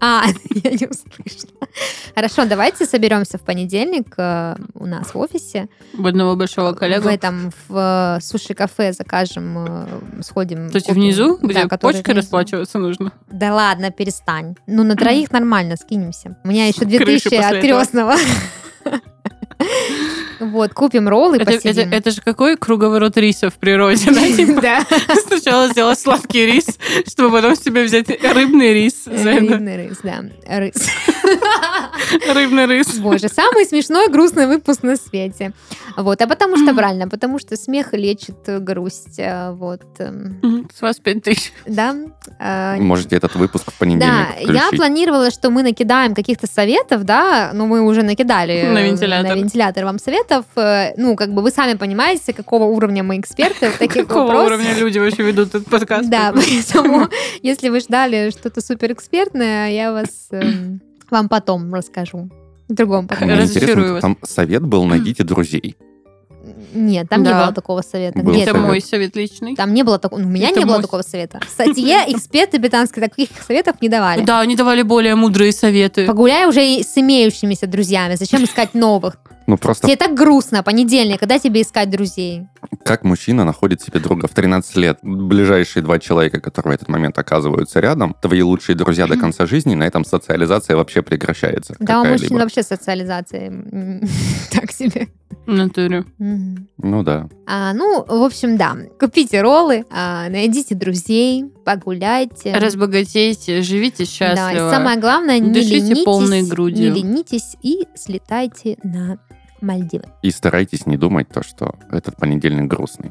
Speaker 3: А, я не услышала. Хорошо, давайте соберемся в понедельник э, у нас в офисе.
Speaker 2: В одного большого
Speaker 3: В
Speaker 2: коллегу.
Speaker 3: этом, в э, суши-кафе закажем, э, сходим.
Speaker 2: То есть
Speaker 3: купим.
Speaker 2: внизу,
Speaker 3: Да,
Speaker 2: где
Speaker 3: который
Speaker 2: почкой
Speaker 3: внизу.
Speaker 2: расплачиваться нужно.
Speaker 3: Да ладно, перестань. Ну, на троих нормально скинемся. У меня еще 2000
Speaker 2: Крышу после
Speaker 3: от
Speaker 2: этого.
Speaker 3: крестного. Вот, купим роллы,
Speaker 2: Это, это,
Speaker 3: посидим.
Speaker 2: это же какой круговорот риса в природе, да? Типа,
Speaker 3: Да.
Speaker 2: Сначала сделать сладкий рис, чтобы потом себе взять рыбный рис. за это.
Speaker 3: Рыбный рыс, да. Рыс.
Speaker 2: Рыбный рис.
Speaker 3: Боже, самый смешной грустный выпуск на свете. Вот, а потому что правильно, потому что смех лечит э, грусть. э, Вот, эм,
Speaker 2: С вас пять тысяч.
Speaker 3: да. э,
Speaker 1: Можете этот выпуск в
Speaker 3: Да,
Speaker 1: понедельник
Speaker 3: я
Speaker 1: включить.
Speaker 3: планировала, что мы накидаем каких-то советов, да, но мы уже накидали
Speaker 2: На
Speaker 3: э,
Speaker 2: вентилятор.
Speaker 3: на вентилятор вам советов. Э, Ну, как бы вы сами понимаете, какого уровня мы эксперты в таких
Speaker 2: Какого
Speaker 3: вопросах.
Speaker 2: уровня люди вообще ведут этот подкаст?
Speaker 3: Да, поэтому, если вы ждали что-то суперэкспертное, я вас эм, вам потом расскажу. В другом подкасте.
Speaker 1: Мне
Speaker 2: разочарую
Speaker 1: интересно,
Speaker 2: вас.
Speaker 1: там совет был «найдите друзей».
Speaker 3: Нет, там не
Speaker 2: Да.
Speaker 3: было такого совета.
Speaker 1: Был
Speaker 3: Где
Speaker 2: Это
Speaker 1: совет.
Speaker 2: мой совет личный.
Speaker 3: Там не было такого. ну, У меня
Speaker 2: Это
Speaker 3: не было
Speaker 2: мой-
Speaker 3: такого совета. В статье эксперты британские таких советов не давали.
Speaker 2: Да, они давали более мудрые советы.
Speaker 3: Погуляй уже и с имеющимися друзьями. Зачем искать новых?
Speaker 1: Ну, просто
Speaker 3: Тебе так грустно, понедельник, когда тебе искать друзей?
Speaker 1: как мужчина находит себе друга в 13 лет? Ближайшие два человека, которые в этот момент оказываются рядом, твои лучшие друзья до конца жизни, на этом социализация вообще прекращается.
Speaker 3: Да, у
Speaker 1: какая-либо.
Speaker 3: мужчин вообще социализация м, так себе.
Speaker 2: В натуре.
Speaker 3: Мгм.
Speaker 1: Ну да.
Speaker 3: А, ну, в общем, да. Купите роллы, а, найдите друзей, погуляйте.
Speaker 2: Разбогатейте, живите счастливо.
Speaker 3: Да, и самое главное, не
Speaker 2: Дышите
Speaker 3: ленитесь,
Speaker 2: полной грудью.
Speaker 3: не ленитесь и слетайте на Мальдивы.
Speaker 1: И старайтесь не думать то, что этот понедельник грустный.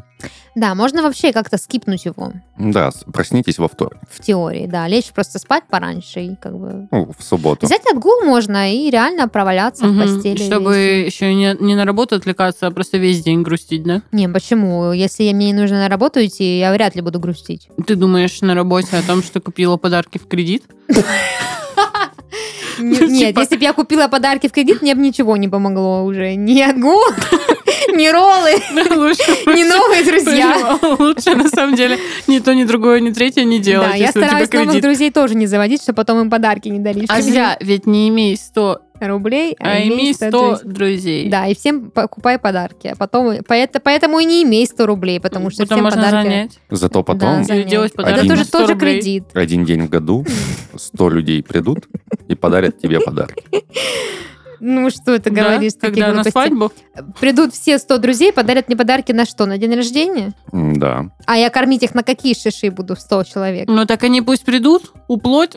Speaker 3: Да, можно вообще как-то скипнуть его
Speaker 1: Да, с- проснитесь во вторник,
Speaker 3: в теории, да, лечь просто спать пораньше и как бы
Speaker 1: ну, в субботу.
Speaker 3: взять отгул можно и реально проваляться в
Speaker 2: Мгм.
Speaker 3: постели.
Speaker 2: Чтобы
Speaker 3: весь день.
Speaker 2: еще не, не на работу отвлекаться, а просто весь день грустить, да?
Speaker 3: Не, почему? Если я- мне не нужно на работу идти, я вряд ли буду грустить.
Speaker 2: Ты думаешь на работе о том, что купила подарки в кредит?
Speaker 3: Н-
Speaker 2: Ну,
Speaker 3: Нет,
Speaker 2: типа-
Speaker 3: если бы я купила подарки в кредит, мне бы ничего не помогло уже. Ни отгул, ни роллы, ни новые друзья.
Speaker 2: Лучше, на самом деле, ни то, ни другое, ни третье не делать,
Speaker 3: Да, я
Speaker 2: если у тебя
Speaker 3: стараюсь новых
Speaker 2: кредит.
Speaker 3: друзей тоже не заводить, чтобы потом им подарки не дали.
Speaker 2: А зря, ведь не имей 100,
Speaker 3: рублей,
Speaker 2: а имей 100
Speaker 3: друзей.
Speaker 2: друзей.
Speaker 3: Да, и всем покупай подарки. А потом, и- поэт- поэтому и не имей 100 рублей, потому что
Speaker 2: Потом
Speaker 3: всем
Speaker 2: можно
Speaker 3: подарки...
Speaker 2: занять.
Speaker 1: Зато
Speaker 3: Да,
Speaker 1: потом
Speaker 2: за- Или
Speaker 3: занять.
Speaker 2: делать
Speaker 3: Это
Speaker 1: подарки
Speaker 3: тоже,
Speaker 1: на
Speaker 2: 100
Speaker 3: тоже
Speaker 2: рублей.
Speaker 3: кредит.
Speaker 1: один день в году 100 людей придут и подарят тебе подарки.
Speaker 3: Ну что ты
Speaker 2: Да,
Speaker 3: говоришь, такие
Speaker 2: Когда на
Speaker 3: глупости.
Speaker 2: свадьбу.
Speaker 3: Придут все 100 друзей, подарят мне подарки на что? На день рождения?
Speaker 1: М, Да.
Speaker 3: А я кормить их на какие шиши буду? 100 человек.
Speaker 2: Ну так они пусть придут, уплоть.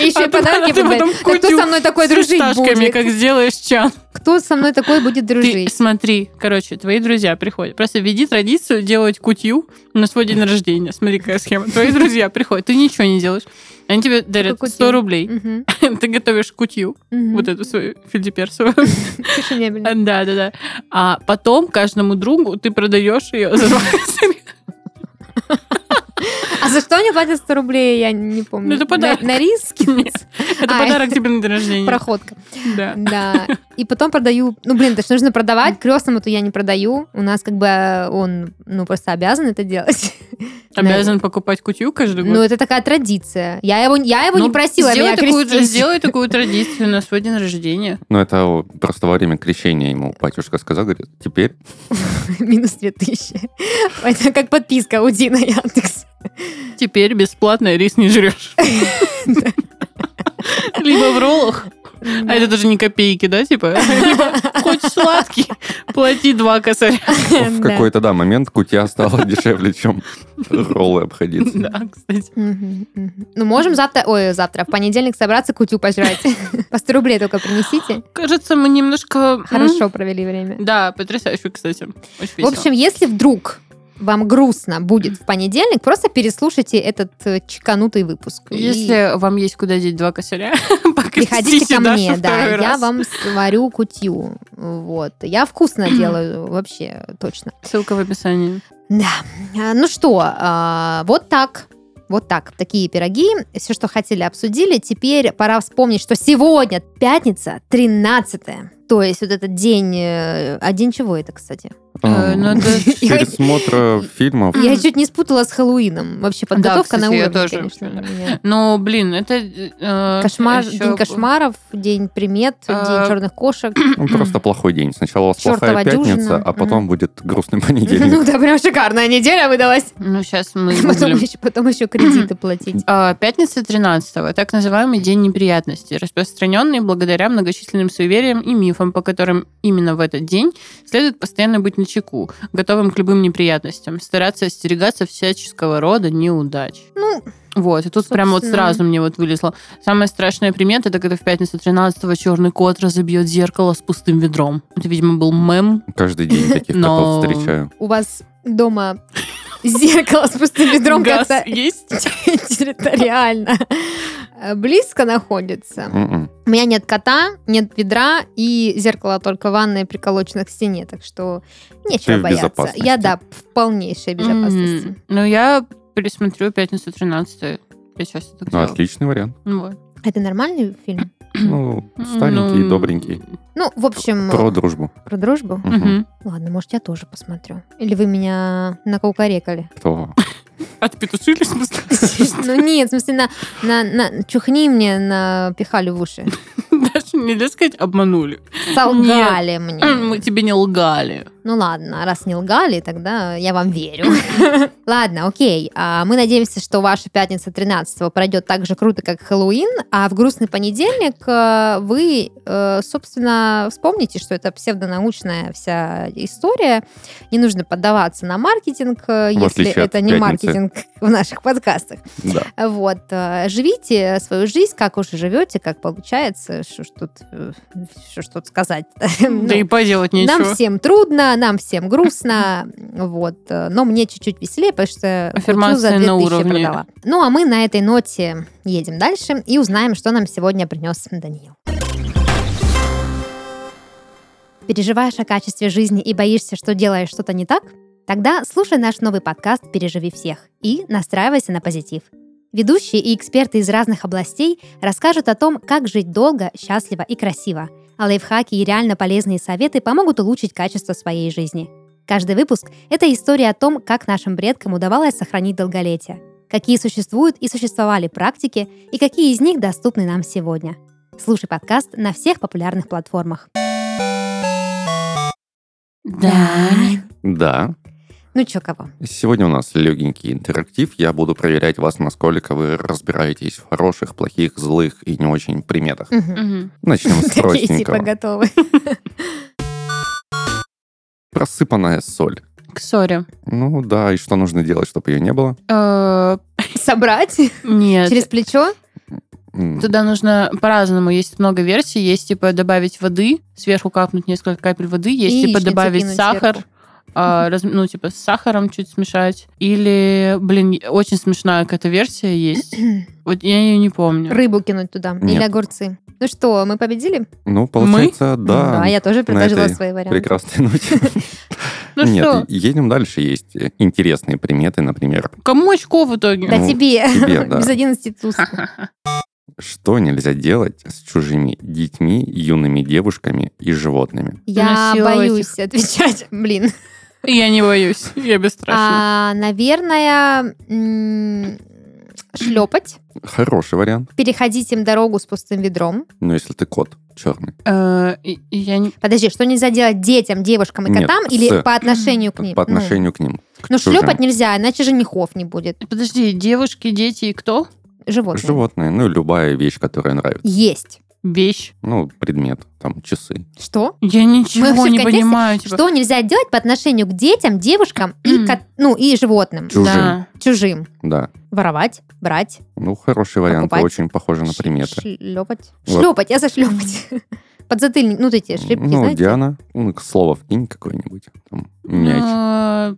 Speaker 3: И еще
Speaker 2: А
Speaker 3: и
Speaker 2: ты-
Speaker 3: подарки
Speaker 2: а ты
Speaker 3: подарят.
Speaker 2: потом
Speaker 3: Да Кто
Speaker 2: кутю
Speaker 3: со мной такой
Speaker 2: с
Speaker 3: дружить
Speaker 2: фисташками,
Speaker 3: будет?
Speaker 2: как сделаешь чан.
Speaker 3: Кто со мной такой будет
Speaker 2: Ты
Speaker 3: дружить?
Speaker 2: смотри, короче, твои друзья приходят. Просто веди традицию делать кутью на свой день рождения. Смотри, какая схема. Твои друзья приходят, ты ничего не делаешь. Они тебе дарят
Speaker 3: кутью.
Speaker 2: 100 рублей.
Speaker 3: Мгм,
Speaker 2: Ты готовишь кутью,
Speaker 3: мгм.
Speaker 2: вот эту свою фильдеперсовую.
Speaker 3: Фешенебельно.
Speaker 2: Да-да-да. А потом каждому другу ты продаешь ее за 20
Speaker 3: А за что они платят 100 рублей, я не помню.
Speaker 2: Ну, это
Speaker 3: На-
Speaker 2: подарок.
Speaker 3: На риски?
Speaker 2: Нет, Это
Speaker 3: А,
Speaker 2: подарок тебе на день рождения.
Speaker 3: Проходка.
Speaker 2: Да.
Speaker 3: Да. И потом продаю. Ну, блин, это ж нужно продавать. Крестному-то я не продаю. У нас как бы он, ну, просто обязан это делать.
Speaker 2: Обязан покупать кутью каждый год.
Speaker 3: Ну, это такая традиция. Я его, я его
Speaker 2: Ну,
Speaker 3: не просила
Speaker 2: сделай
Speaker 3: меня
Speaker 2: такую,
Speaker 3: крестить.
Speaker 2: сделай такую традицию на свой день рождения.
Speaker 1: Но это о, просто во время крещения ему батюшка сказал, говорит, теперь
Speaker 3: Минус 2000. Это как подписка у Дина Яндекс.
Speaker 2: Теперь бесплатно рис не жрешь. Либо в роллах. А это даже не копейки, да, типа? Либо хочешь сладкий, плати два косаря.
Speaker 1: в
Speaker 3: Да.
Speaker 1: какой-то да, момент кутья стала дешевле, чем роллы обходиться.
Speaker 2: Да, кстати.
Speaker 3: Мгм, мгм. Ну, можем завтра, ой, завтра, в понедельник собраться кутю пожрать. По 100 рублей только принесите.
Speaker 2: Кажется, мы немножко... м,
Speaker 3: Хорошо провели время.
Speaker 2: Да, потрясающе, кстати. Очень
Speaker 3: В
Speaker 2: весело.
Speaker 3: общем, если вдруг вам грустно будет в понедельник, просто переслушайте этот э, чеканутый выпуск. И
Speaker 2: если вам есть куда деть два косаря,
Speaker 3: приходите ко мне, да, я
Speaker 2: вам
Speaker 3: вам сварю кутью. Вот. Я вкусно делаю вообще, точно.
Speaker 2: Ссылка в описании.
Speaker 3: Да. А, Ну что, а, вот так. Вот так. Такие пироги. Все, что хотели, обсудили. Теперь пора вспомнить, что сегодня пятница, 13 то есть вот этот день... э, А день чего это, кстати?
Speaker 2: Э, ну,
Speaker 1: Эм,
Speaker 2: это-
Speaker 1: Пересмотр фильмов.
Speaker 3: Я чуть не спутала с Хэллоуином. Вообще
Speaker 2: Да,
Speaker 3: подготовка на
Speaker 2: кстати, я
Speaker 3: уровне,
Speaker 2: тоже
Speaker 3: конечно.
Speaker 2: вообще,
Speaker 3: у меня.
Speaker 2: Но, ну, блин, это... э,
Speaker 3: Кошмар,
Speaker 2: ещё-
Speaker 3: день кошмаров, день примет,
Speaker 2: А,
Speaker 3: день черных кошек.
Speaker 1: Ну, Просто плохой день. Сначала у вас плохая
Speaker 3: Чёртова
Speaker 1: пятница,
Speaker 3: дюжина.
Speaker 1: а потом будет грустный понедельник.
Speaker 3: Ну да, прям шикарная неделя выдалась.
Speaker 2: Ну, сейчас мы
Speaker 3: Потом
Speaker 2: гуглим.
Speaker 3: еще, потом еще кредиты платить.
Speaker 2: А, Пятница 13 так называемый день неприятностей, распространенный благодаря многочисленным суевериям и мифам, по которым именно в этот день следует постоянно быть начеку, готовым к любым неприятностям, стараться остерегаться всяческого рода неудач.
Speaker 3: Ну,
Speaker 2: Вот, и тут прям вот
Speaker 3: Собственно.
Speaker 2: сразу мне вот вылезло. Самая страшная примета, это когда в пятницу 13-го черный кот разобьет зеркало с пустым ведром. Это, видимо, был мем.
Speaker 1: Каждый день таких
Speaker 2: Но-
Speaker 1: котов встречаю.
Speaker 3: у вас дома зеркало с пустым ведром
Speaker 2: Газ
Speaker 3: как-то
Speaker 2: есть?
Speaker 3: территориально э, близко находится.
Speaker 1: М-м.
Speaker 3: У меня нет кота, нет ведра и зеркало только в ванной приколочено к стене, так что нечего
Speaker 1: Ты в
Speaker 3: бояться.
Speaker 1: безопасности.
Speaker 3: Я, да, в полнейшей безопасности.
Speaker 2: М, Ну, я пересмотрю пятницу 13 Я сейчас это
Speaker 1: Ну,
Speaker 2: делала.
Speaker 1: отличный вариант.
Speaker 2: Ну, вот.
Speaker 3: Это нормальный фильм?
Speaker 1: Ну, старенький,
Speaker 2: Ну,
Speaker 1: добренький.
Speaker 3: Ну, в общем, э,
Speaker 1: Про дружбу.
Speaker 3: про дружбу.
Speaker 1: Мгм.
Speaker 2: мгм.
Speaker 3: Ладно, может, я тоже посмотрю. Или вы меня накаукарекали?
Speaker 1: Кто?
Speaker 2: Отпетушились просто.
Speaker 3: Ну нет, в смысле, на, на, на чухни мне напихали в уши.
Speaker 2: Даже нельзя сказать обманули.
Speaker 3: Солгали
Speaker 2: Мы
Speaker 3: мне.
Speaker 2: тебе не лгали.
Speaker 3: Ну ладно, раз не лгали, тогда я вам верю. Ладно, окей. А, Мы надеемся, что ваша пятница 13 пройдет так же круто, как Хэллоуин, а в грустный понедельник э, вы, э, собственно, вспомните, что это псевдонаучная вся история. Не нужно поддаваться на маркетинг, э,
Speaker 1: В
Speaker 3: если
Speaker 1: отличие от
Speaker 3: это не
Speaker 1: пятницы.
Speaker 3: маркетинг в наших подкастах.
Speaker 1: Да.
Speaker 3: Вот, э, живите свою жизнь, как уж и живете, как получается, что ж тут, э, что ж тут сказать.
Speaker 2: Да и поделать
Speaker 3: Нам
Speaker 2: нечего.
Speaker 3: всем трудно, нам всем грустно, вот. э, Но мне чуть-чуть веселее, потому что кутю за
Speaker 2: Аффирмация на
Speaker 3: 2000
Speaker 2: уровне.
Speaker 3: продала. Ну, а мы на этой ноте едем дальше и узнаем, что нам сегодня принес Даниил. Переживаешь о качестве жизни и боишься, что делаешь что-то не так? Тогда слушай наш новый подкаст «Переживи всех» и настраивайся на позитив. Ведущие и эксперты из разных областей расскажут о том, как жить долго, счастливо и красиво. А лайфхаки и реально полезные советы помогут улучшить качество своей жизни. Каждый выпуск – это история о том, как нашим предкам удавалось сохранить долголетие, какие существуют и существовали практики, и какие из них доступны нам сегодня. Слушай подкаст на всех популярных платформах.
Speaker 2: Да.
Speaker 1: Да.
Speaker 3: Ну чё, кого?
Speaker 1: Сегодня у нас легенький интерактив. Я буду проверять вас, насколько вы разбираетесь в хороших, плохих, злых и не очень приметах.
Speaker 3: Мгм.
Speaker 2: Мгм.
Speaker 1: Начнем с
Speaker 3: Такие
Speaker 1: простенького.
Speaker 3: типа готовы.
Speaker 1: Просыпанная соль.
Speaker 2: К ссоре.
Speaker 1: Ну да, и что нужно делать, чтобы ее не было?
Speaker 2: Э,
Speaker 3: Собрать
Speaker 2: Нет.
Speaker 3: через плечо?
Speaker 1: М,
Speaker 2: Туда нужно по-разному. Есть много версий. Есть, типа, добавить воды, сверху капнуть несколько капель воды. Есть,
Speaker 3: И
Speaker 2: типа,
Speaker 3: яичницу
Speaker 2: добавить
Speaker 3: кинуть
Speaker 2: сахар.
Speaker 3: сверху.
Speaker 2: а, раз- ну, типа, с сахаром чуть смешать. Или, блин, очень смешная какая-то версия есть. Вот я ее не помню.
Speaker 3: Рыбу кинуть туда. Или
Speaker 1: Нет.
Speaker 3: огурцы. Ну что, мы победили?
Speaker 1: Ну, получается, да.
Speaker 3: Да, я тоже предложила
Speaker 1: этой
Speaker 3: свои варианты.
Speaker 1: Прекрасной ночи.
Speaker 2: Ну
Speaker 1: Нет,
Speaker 2: что,
Speaker 1: едем дальше. Есть э, интересные приметы, например,
Speaker 2: кому очко в итоге?
Speaker 3: Да
Speaker 1: Ну,
Speaker 3: тебе.
Speaker 1: тебе, да.
Speaker 3: Без 11 туз.
Speaker 1: что нельзя делать с чужими детьми, юными девушками и животными.
Speaker 3: Я
Speaker 2: Насиловать
Speaker 3: боюсь отвечать, блин.
Speaker 2: Я не боюсь, я бесстрашна.
Speaker 3: А, наверное, м, шлепать,
Speaker 1: Хороший вариант.
Speaker 3: переходить им дорогу с пустым ведром.
Speaker 1: Но если ты кот черный.
Speaker 2: Э, и- и Я не-
Speaker 3: Подожди, что нельзя делать детям, девушкам и
Speaker 1: Нет,
Speaker 3: котам или
Speaker 1: с-
Speaker 3: по отношению к ним?
Speaker 1: По отношению к ним.
Speaker 3: Ну, ну,
Speaker 1: чужим.
Speaker 3: шлепать нельзя, иначе женихов не будет.
Speaker 2: Подожди, девушки, дети и кто?
Speaker 3: Животные.
Speaker 1: Животные, ну, любая вещь, которая нравится.
Speaker 3: Есть.
Speaker 2: Вещь.
Speaker 1: Ну, предмет, там, часы.
Speaker 3: Что?
Speaker 2: Я ничего
Speaker 3: вообще в
Speaker 2: не
Speaker 3: контексте,
Speaker 2: понимаю. типа,
Speaker 3: Что нельзя делать по отношению к детям, девушкам и, кот- ну, и животным?
Speaker 1: Чужим.
Speaker 2: да.
Speaker 3: Чужим.
Speaker 1: Да.
Speaker 3: Воровать, брать,
Speaker 1: Ну, хороший вариант,
Speaker 3: Покупать.
Speaker 1: очень похоже на приметы.
Speaker 3: Шлепать.
Speaker 1: Ну, Вот.
Speaker 3: Шлепать, я за шлепать. Подзатыльник, ну, вот эти шлепки,
Speaker 1: ну,
Speaker 3: знаете? Ну.
Speaker 1: Диана, ну, к слову, вкинь какой-нибудь. Там, мяч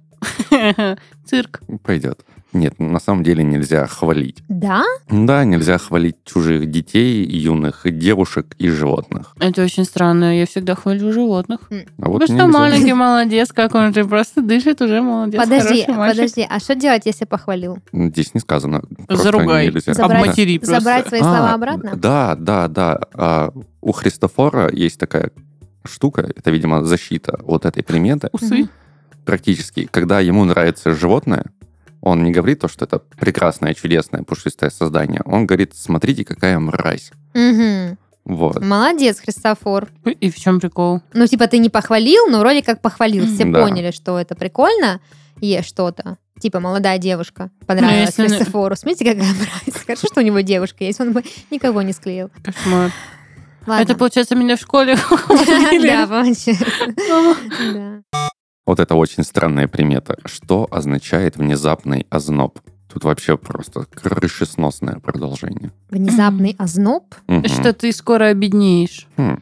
Speaker 2: Э, Цирк.
Speaker 1: пойдет. Нет, на самом деле нельзя хвалить.
Speaker 3: Да?
Speaker 1: Да, нельзя хвалить чужих детей, юных девушек и животных.
Speaker 2: Это очень странно. Я всегда хвалю животных.
Speaker 1: А вот
Speaker 2: Потому что
Speaker 1: нельзя.
Speaker 2: маленький молодец, как он же просто дышит, уже молодец.
Speaker 3: подожди,
Speaker 2: хороший мальчик.
Speaker 3: подожди, а что делать, если похвалил?
Speaker 1: Здесь не сказано. Просто
Speaker 2: Заругай.
Speaker 1: нельзя.
Speaker 3: Забрать-
Speaker 1: Да.
Speaker 2: Обматери А просто.
Speaker 3: Забрать свои
Speaker 1: А,
Speaker 3: слова обратно?
Speaker 1: Да, да, да. А, у Христофора есть такая штука, это, видимо, защита от этой приметы.
Speaker 2: Усы.
Speaker 1: Практически, когда ему нравится животное, он не говорит то, что это прекрасное, чудесное, пушистое создание. Он говорит, смотрите, какая мразь.
Speaker 3: Мгм.
Speaker 1: Вот.
Speaker 3: Молодец, Христофор.
Speaker 2: И в чем прикол?
Speaker 3: Ну, типа, ты не похвалил, но вроде как похвалил. Все
Speaker 1: Да.
Speaker 3: поняли, что это прикольно, есть что-то. Типа, молодая девушка понравилась
Speaker 2: Ну, если-
Speaker 3: Христофору. Смотрите, какая мразь. Хорошо, что у него девушка есть, он бы никого не склеил.
Speaker 2: Кошмар.
Speaker 3: Ладно.
Speaker 2: Это, получается, меня в школе
Speaker 3: Да,
Speaker 2: хвалили.
Speaker 3: получается. Да.
Speaker 1: Вот это очень странная примета. Что означает внезапный озноб? Тут вообще просто крышесносное продолжение.
Speaker 3: Внезапный озноб,
Speaker 1: Мгм.
Speaker 2: Что ты скоро обеднеешь.
Speaker 1: Хм.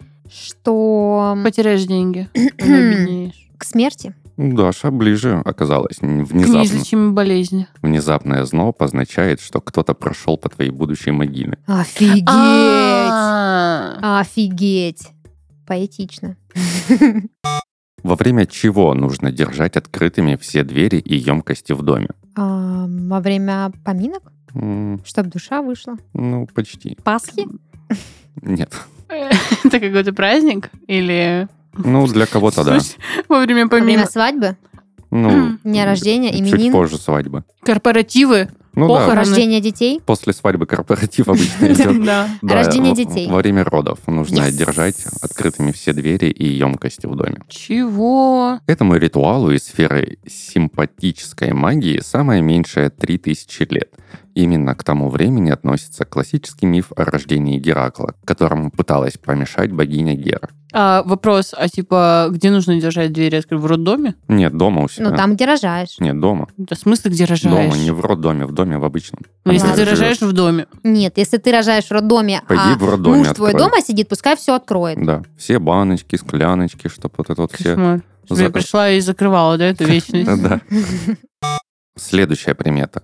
Speaker 3: что
Speaker 2: Потеряешь деньги. и Обеднеешь.
Speaker 3: к смерти.
Speaker 1: Ну, Даша ближе оказалась. Н-
Speaker 2: К
Speaker 1: Внезапно.
Speaker 2: неизлечимой болезни.
Speaker 1: Внезапный озноб означает, что кто-то прошел по твоей будущей могиле.
Speaker 3: Офигеть!
Speaker 2: А.
Speaker 3: Офигеть! Поэтично.
Speaker 1: Во время чего нужно держать открытыми все двери и емкости в доме?
Speaker 3: А, Во время поминок,
Speaker 1: М,
Speaker 3: чтобы душа вышла.
Speaker 1: Ну, почти.
Speaker 3: Пасхи?
Speaker 1: Нет.
Speaker 2: Это какой-то праздник? Или...
Speaker 1: Ну, для кого-то да.
Speaker 2: Слушай, Во время
Speaker 3: Во время
Speaker 2: помимо...
Speaker 3: свадьбы,
Speaker 1: Ну,
Speaker 3: дня рождения,
Speaker 1: чуть
Speaker 3: именин.
Speaker 1: позже свадьбы.
Speaker 2: Корпоративы?
Speaker 1: Ну да,
Speaker 2: Похороны.
Speaker 3: Рождение детей.
Speaker 1: после свадьбы корпоратив обычно идет.
Speaker 2: Да.
Speaker 1: Да,
Speaker 3: Рождение
Speaker 1: во-
Speaker 3: детей.
Speaker 1: Во время родов нужно
Speaker 3: Yes.
Speaker 1: держать открытыми все двери и емкости в доме.
Speaker 2: Чего?
Speaker 1: Этому ритуалу из сферы симпатической магии самое меньшее 3000 лет. Именно к тому времени относится классический миф о рождении Геракла, которому пыталась помешать богиня Гера.
Speaker 2: А, вопрос, а типа, где нужно держать двери открыть? В роддоме?
Speaker 1: Нет, дома у себя.
Speaker 3: Ну, там, где рожаешь.
Speaker 1: Нет, дома.
Speaker 2: Да, в смысле, где рожаешь?
Speaker 1: Дома, не в роддоме, в доме в обычном.
Speaker 2: Ну, если ты
Speaker 3: Ага.
Speaker 2: рожаешь в доме.
Speaker 3: Нет, если ты рожаешь в роддоме,
Speaker 1: Пойди
Speaker 3: а
Speaker 1: в роддоме
Speaker 3: муж твой
Speaker 1: открой.
Speaker 3: дома сидит, пускай все откроет.
Speaker 1: Да, все баночки, скляночки, чтоб вот это вот все...
Speaker 2: Кошмар. Чтобы я
Speaker 1: зак-
Speaker 2: пришла и закрывала, да, эту вечность?
Speaker 1: Да. Следующая примета.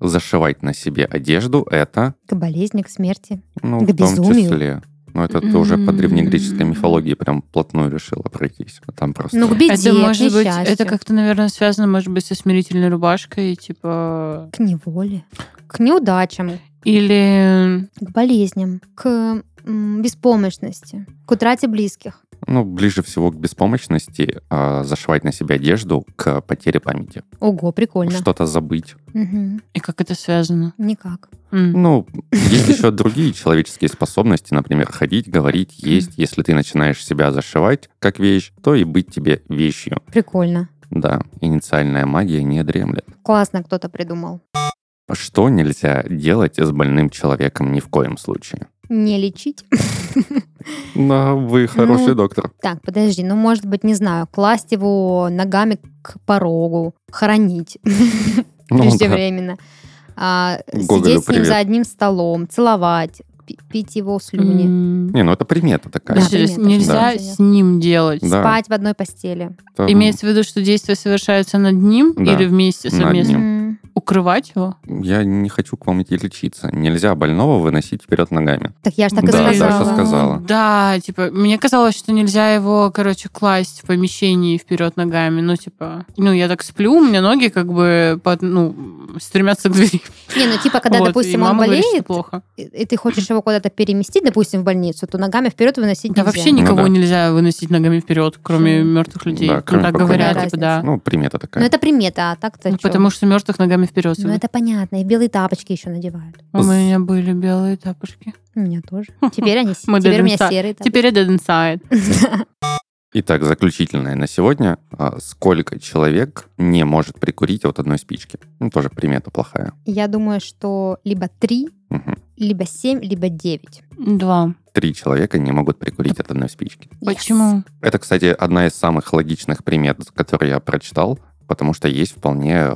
Speaker 1: Зашивать на себе одежду — это
Speaker 3: К болезни, к смерти.
Speaker 1: Ну,
Speaker 3: К
Speaker 1: в том
Speaker 3: безумию.
Speaker 1: числе. Ну, это ты уже по
Speaker 2: М.
Speaker 1: древнегреческой мифологии прям плотную решила пройтись. Там просто...
Speaker 3: Ну, к беде,
Speaker 2: Это может
Speaker 3: к
Speaker 2: быть,
Speaker 3: несчастью,
Speaker 2: это как-то, наверное, связано, может быть, со смирительной рубашкой, типа...
Speaker 3: к неволе, к неудачам,
Speaker 2: Или...
Speaker 3: к болезням, к м, беспомощности, к утрате близких.
Speaker 1: Ну, ближе всего к беспомощности а, зашивать на себе одежду к потере памяти.
Speaker 3: Ого, прикольно.
Speaker 1: Что-то забыть.
Speaker 3: Мгм.
Speaker 2: И как это связано?
Speaker 3: Никак.
Speaker 2: М.
Speaker 1: Ну, есть еще другие человеческие способности, например, ходить, говорить, есть. Если ты начинаешь себя зашивать как вещь, то и быть тебе вещью.
Speaker 3: Прикольно.
Speaker 1: Да, инициальная магия не дремлет.
Speaker 3: Классно кто-то придумал.
Speaker 1: Что нельзя делать с больным человеком ни в коем случае?
Speaker 3: Не лечить.
Speaker 1: Да, вы хороший
Speaker 3: Ну,
Speaker 1: доктор.
Speaker 3: Так, подожди, ну, может быть, не знаю, класть его ногами к порогу, хоронить.
Speaker 1: Ну, да.
Speaker 3: преждевременно. А,
Speaker 1: Гоголю
Speaker 3: сидеть с ним
Speaker 1: привет.
Speaker 3: за одним столом, целовать, пи- пить его слюни,
Speaker 2: М.
Speaker 1: Не, ну это примета такая.
Speaker 3: Да,
Speaker 2: Подожди, то есть
Speaker 3: примета,
Speaker 2: нельзя
Speaker 3: да.
Speaker 2: с ним делать.
Speaker 1: Да.
Speaker 3: спать в одной постели.
Speaker 1: Там
Speaker 2: Имеется в виду, что действие совершается над ним
Speaker 1: Да.
Speaker 2: или вместе
Speaker 1: Над
Speaker 2: совместно?
Speaker 1: ним.
Speaker 3: М,
Speaker 2: Укрывать его?
Speaker 1: Я не хочу к вам идти лечиться. Нельзя больного выносить вперед ногами.
Speaker 3: Так я же так и
Speaker 1: Да,
Speaker 2: Блин,
Speaker 3: сказала.
Speaker 1: Саша сказала.
Speaker 2: Да, типа, мне казалось, что нельзя его, короче, класть в помещении вперед ногами. Ну, типа, ну, я так сплю, у меня ноги как бы, под, ну, стремятся к двери.
Speaker 3: Не, ну типа, когда,
Speaker 2: Вот, и
Speaker 3: допустим, он
Speaker 2: мама говорит, что
Speaker 3: болеет,
Speaker 2: плохо.
Speaker 3: и, и ты хочешь его куда-то переместить, допустим, в больницу, то ногами вперед выносить
Speaker 2: Да
Speaker 3: нельзя.
Speaker 2: вообще
Speaker 1: Ну
Speaker 2: никого
Speaker 1: да.
Speaker 2: нельзя выносить ногами вперед, кроме
Speaker 3: Почему?
Speaker 2: мертвых людей.
Speaker 1: Да,
Speaker 2: Ну,
Speaker 1: кроме
Speaker 2: так
Speaker 1: покойников.
Speaker 2: говорят,
Speaker 3: Какая
Speaker 2: типа,
Speaker 3: разница?
Speaker 2: да.
Speaker 1: Ну, примета такая.
Speaker 3: Ну это примета, а так-то
Speaker 2: Ну,
Speaker 3: чё?
Speaker 2: потому что мертвых ногами вперед.
Speaker 3: Ну это понятно, и белые тапочки еще надевают.
Speaker 2: У меня были белые тапочки.
Speaker 3: У меня тоже. Теперь они с-
Speaker 2: Хм, Мы
Speaker 3: теперь у меня
Speaker 2: деденца.
Speaker 3: серые тапочки.
Speaker 2: Теперь я dead inside.
Speaker 1: Итак, заключительное на сегодня. А, Сколько человек не может прикурить от одной спички? Ну, тоже примета плохая.
Speaker 3: Я думаю, что либо три,
Speaker 1: Мгм.
Speaker 3: либо семь, либо девять.
Speaker 2: Два.
Speaker 1: Три человека не могут прикурить от одной спички.
Speaker 3: Yes.
Speaker 2: Почему?
Speaker 1: Это, кстати, одна из самых логичных примет, которые я прочитал, потому что есть вполне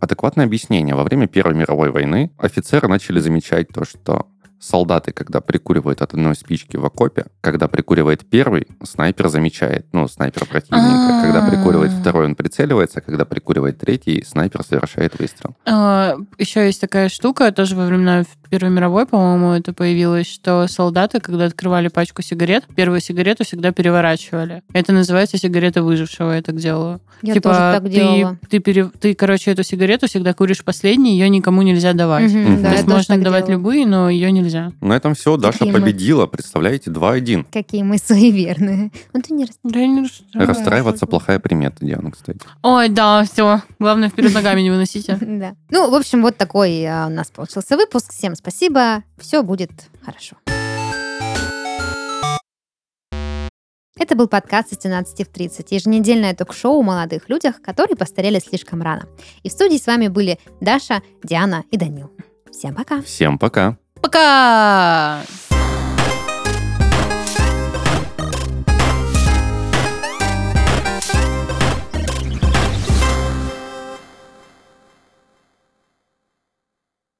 Speaker 1: адекватное объяснение. Во время Первой мировой войны офицеры начали замечать то, что солдаты, когда прикуривают от одной спички в окопе, когда прикуривает первый, снайпер замечает, ну, снайпер противника. Когда
Speaker 2: А-а-а.
Speaker 1: прикуривает второй, он прицеливается, когда прикуривает третий, снайпер совершает выстрел.
Speaker 2: А, Еще есть такая штука, тоже во времена Первой мировой, по-моему, это появилось, что солдаты, когда открывали пачку сигарет, первую сигарету всегда переворачивали. Это называется сигарета выжившего, я так делаю.
Speaker 3: Я
Speaker 2: типа,
Speaker 3: тоже так
Speaker 2: ты,
Speaker 3: делала.
Speaker 2: Ты, пере- ты, короче, эту сигарету всегда куришь последней, ее никому нельзя давать.
Speaker 3: Мгм,
Speaker 1: Мгм.
Speaker 3: да,
Speaker 2: То
Speaker 3: я
Speaker 2: есть
Speaker 3: тоже
Speaker 2: можно
Speaker 3: так
Speaker 2: давать
Speaker 3: делала.
Speaker 2: любые, но ее нельзя.
Speaker 1: На этом все. Даша
Speaker 3: Какие мы?
Speaker 1: победила. Представляете, 2-1.
Speaker 3: Какие мы суеверные. Ну ты не рас-
Speaker 2: Да я не расстраиваюсь.
Speaker 1: Расстраиваться плохая примета, Диана, кстати.
Speaker 2: Ой, да, все. Главное, вперед ногами не выносите.
Speaker 3: Да. Ну, в общем, вот такой а, у нас получился выпуск. Всем спасибо. Все будет хорошо. Это был подкаст «С 17 в 30», еженедельное ток-шоу о молодых людях, которые постарели слишком рано. И в студии с вами были Даша, Диана и Данил. Всем пока!
Speaker 1: Всем пока.
Speaker 2: Пока!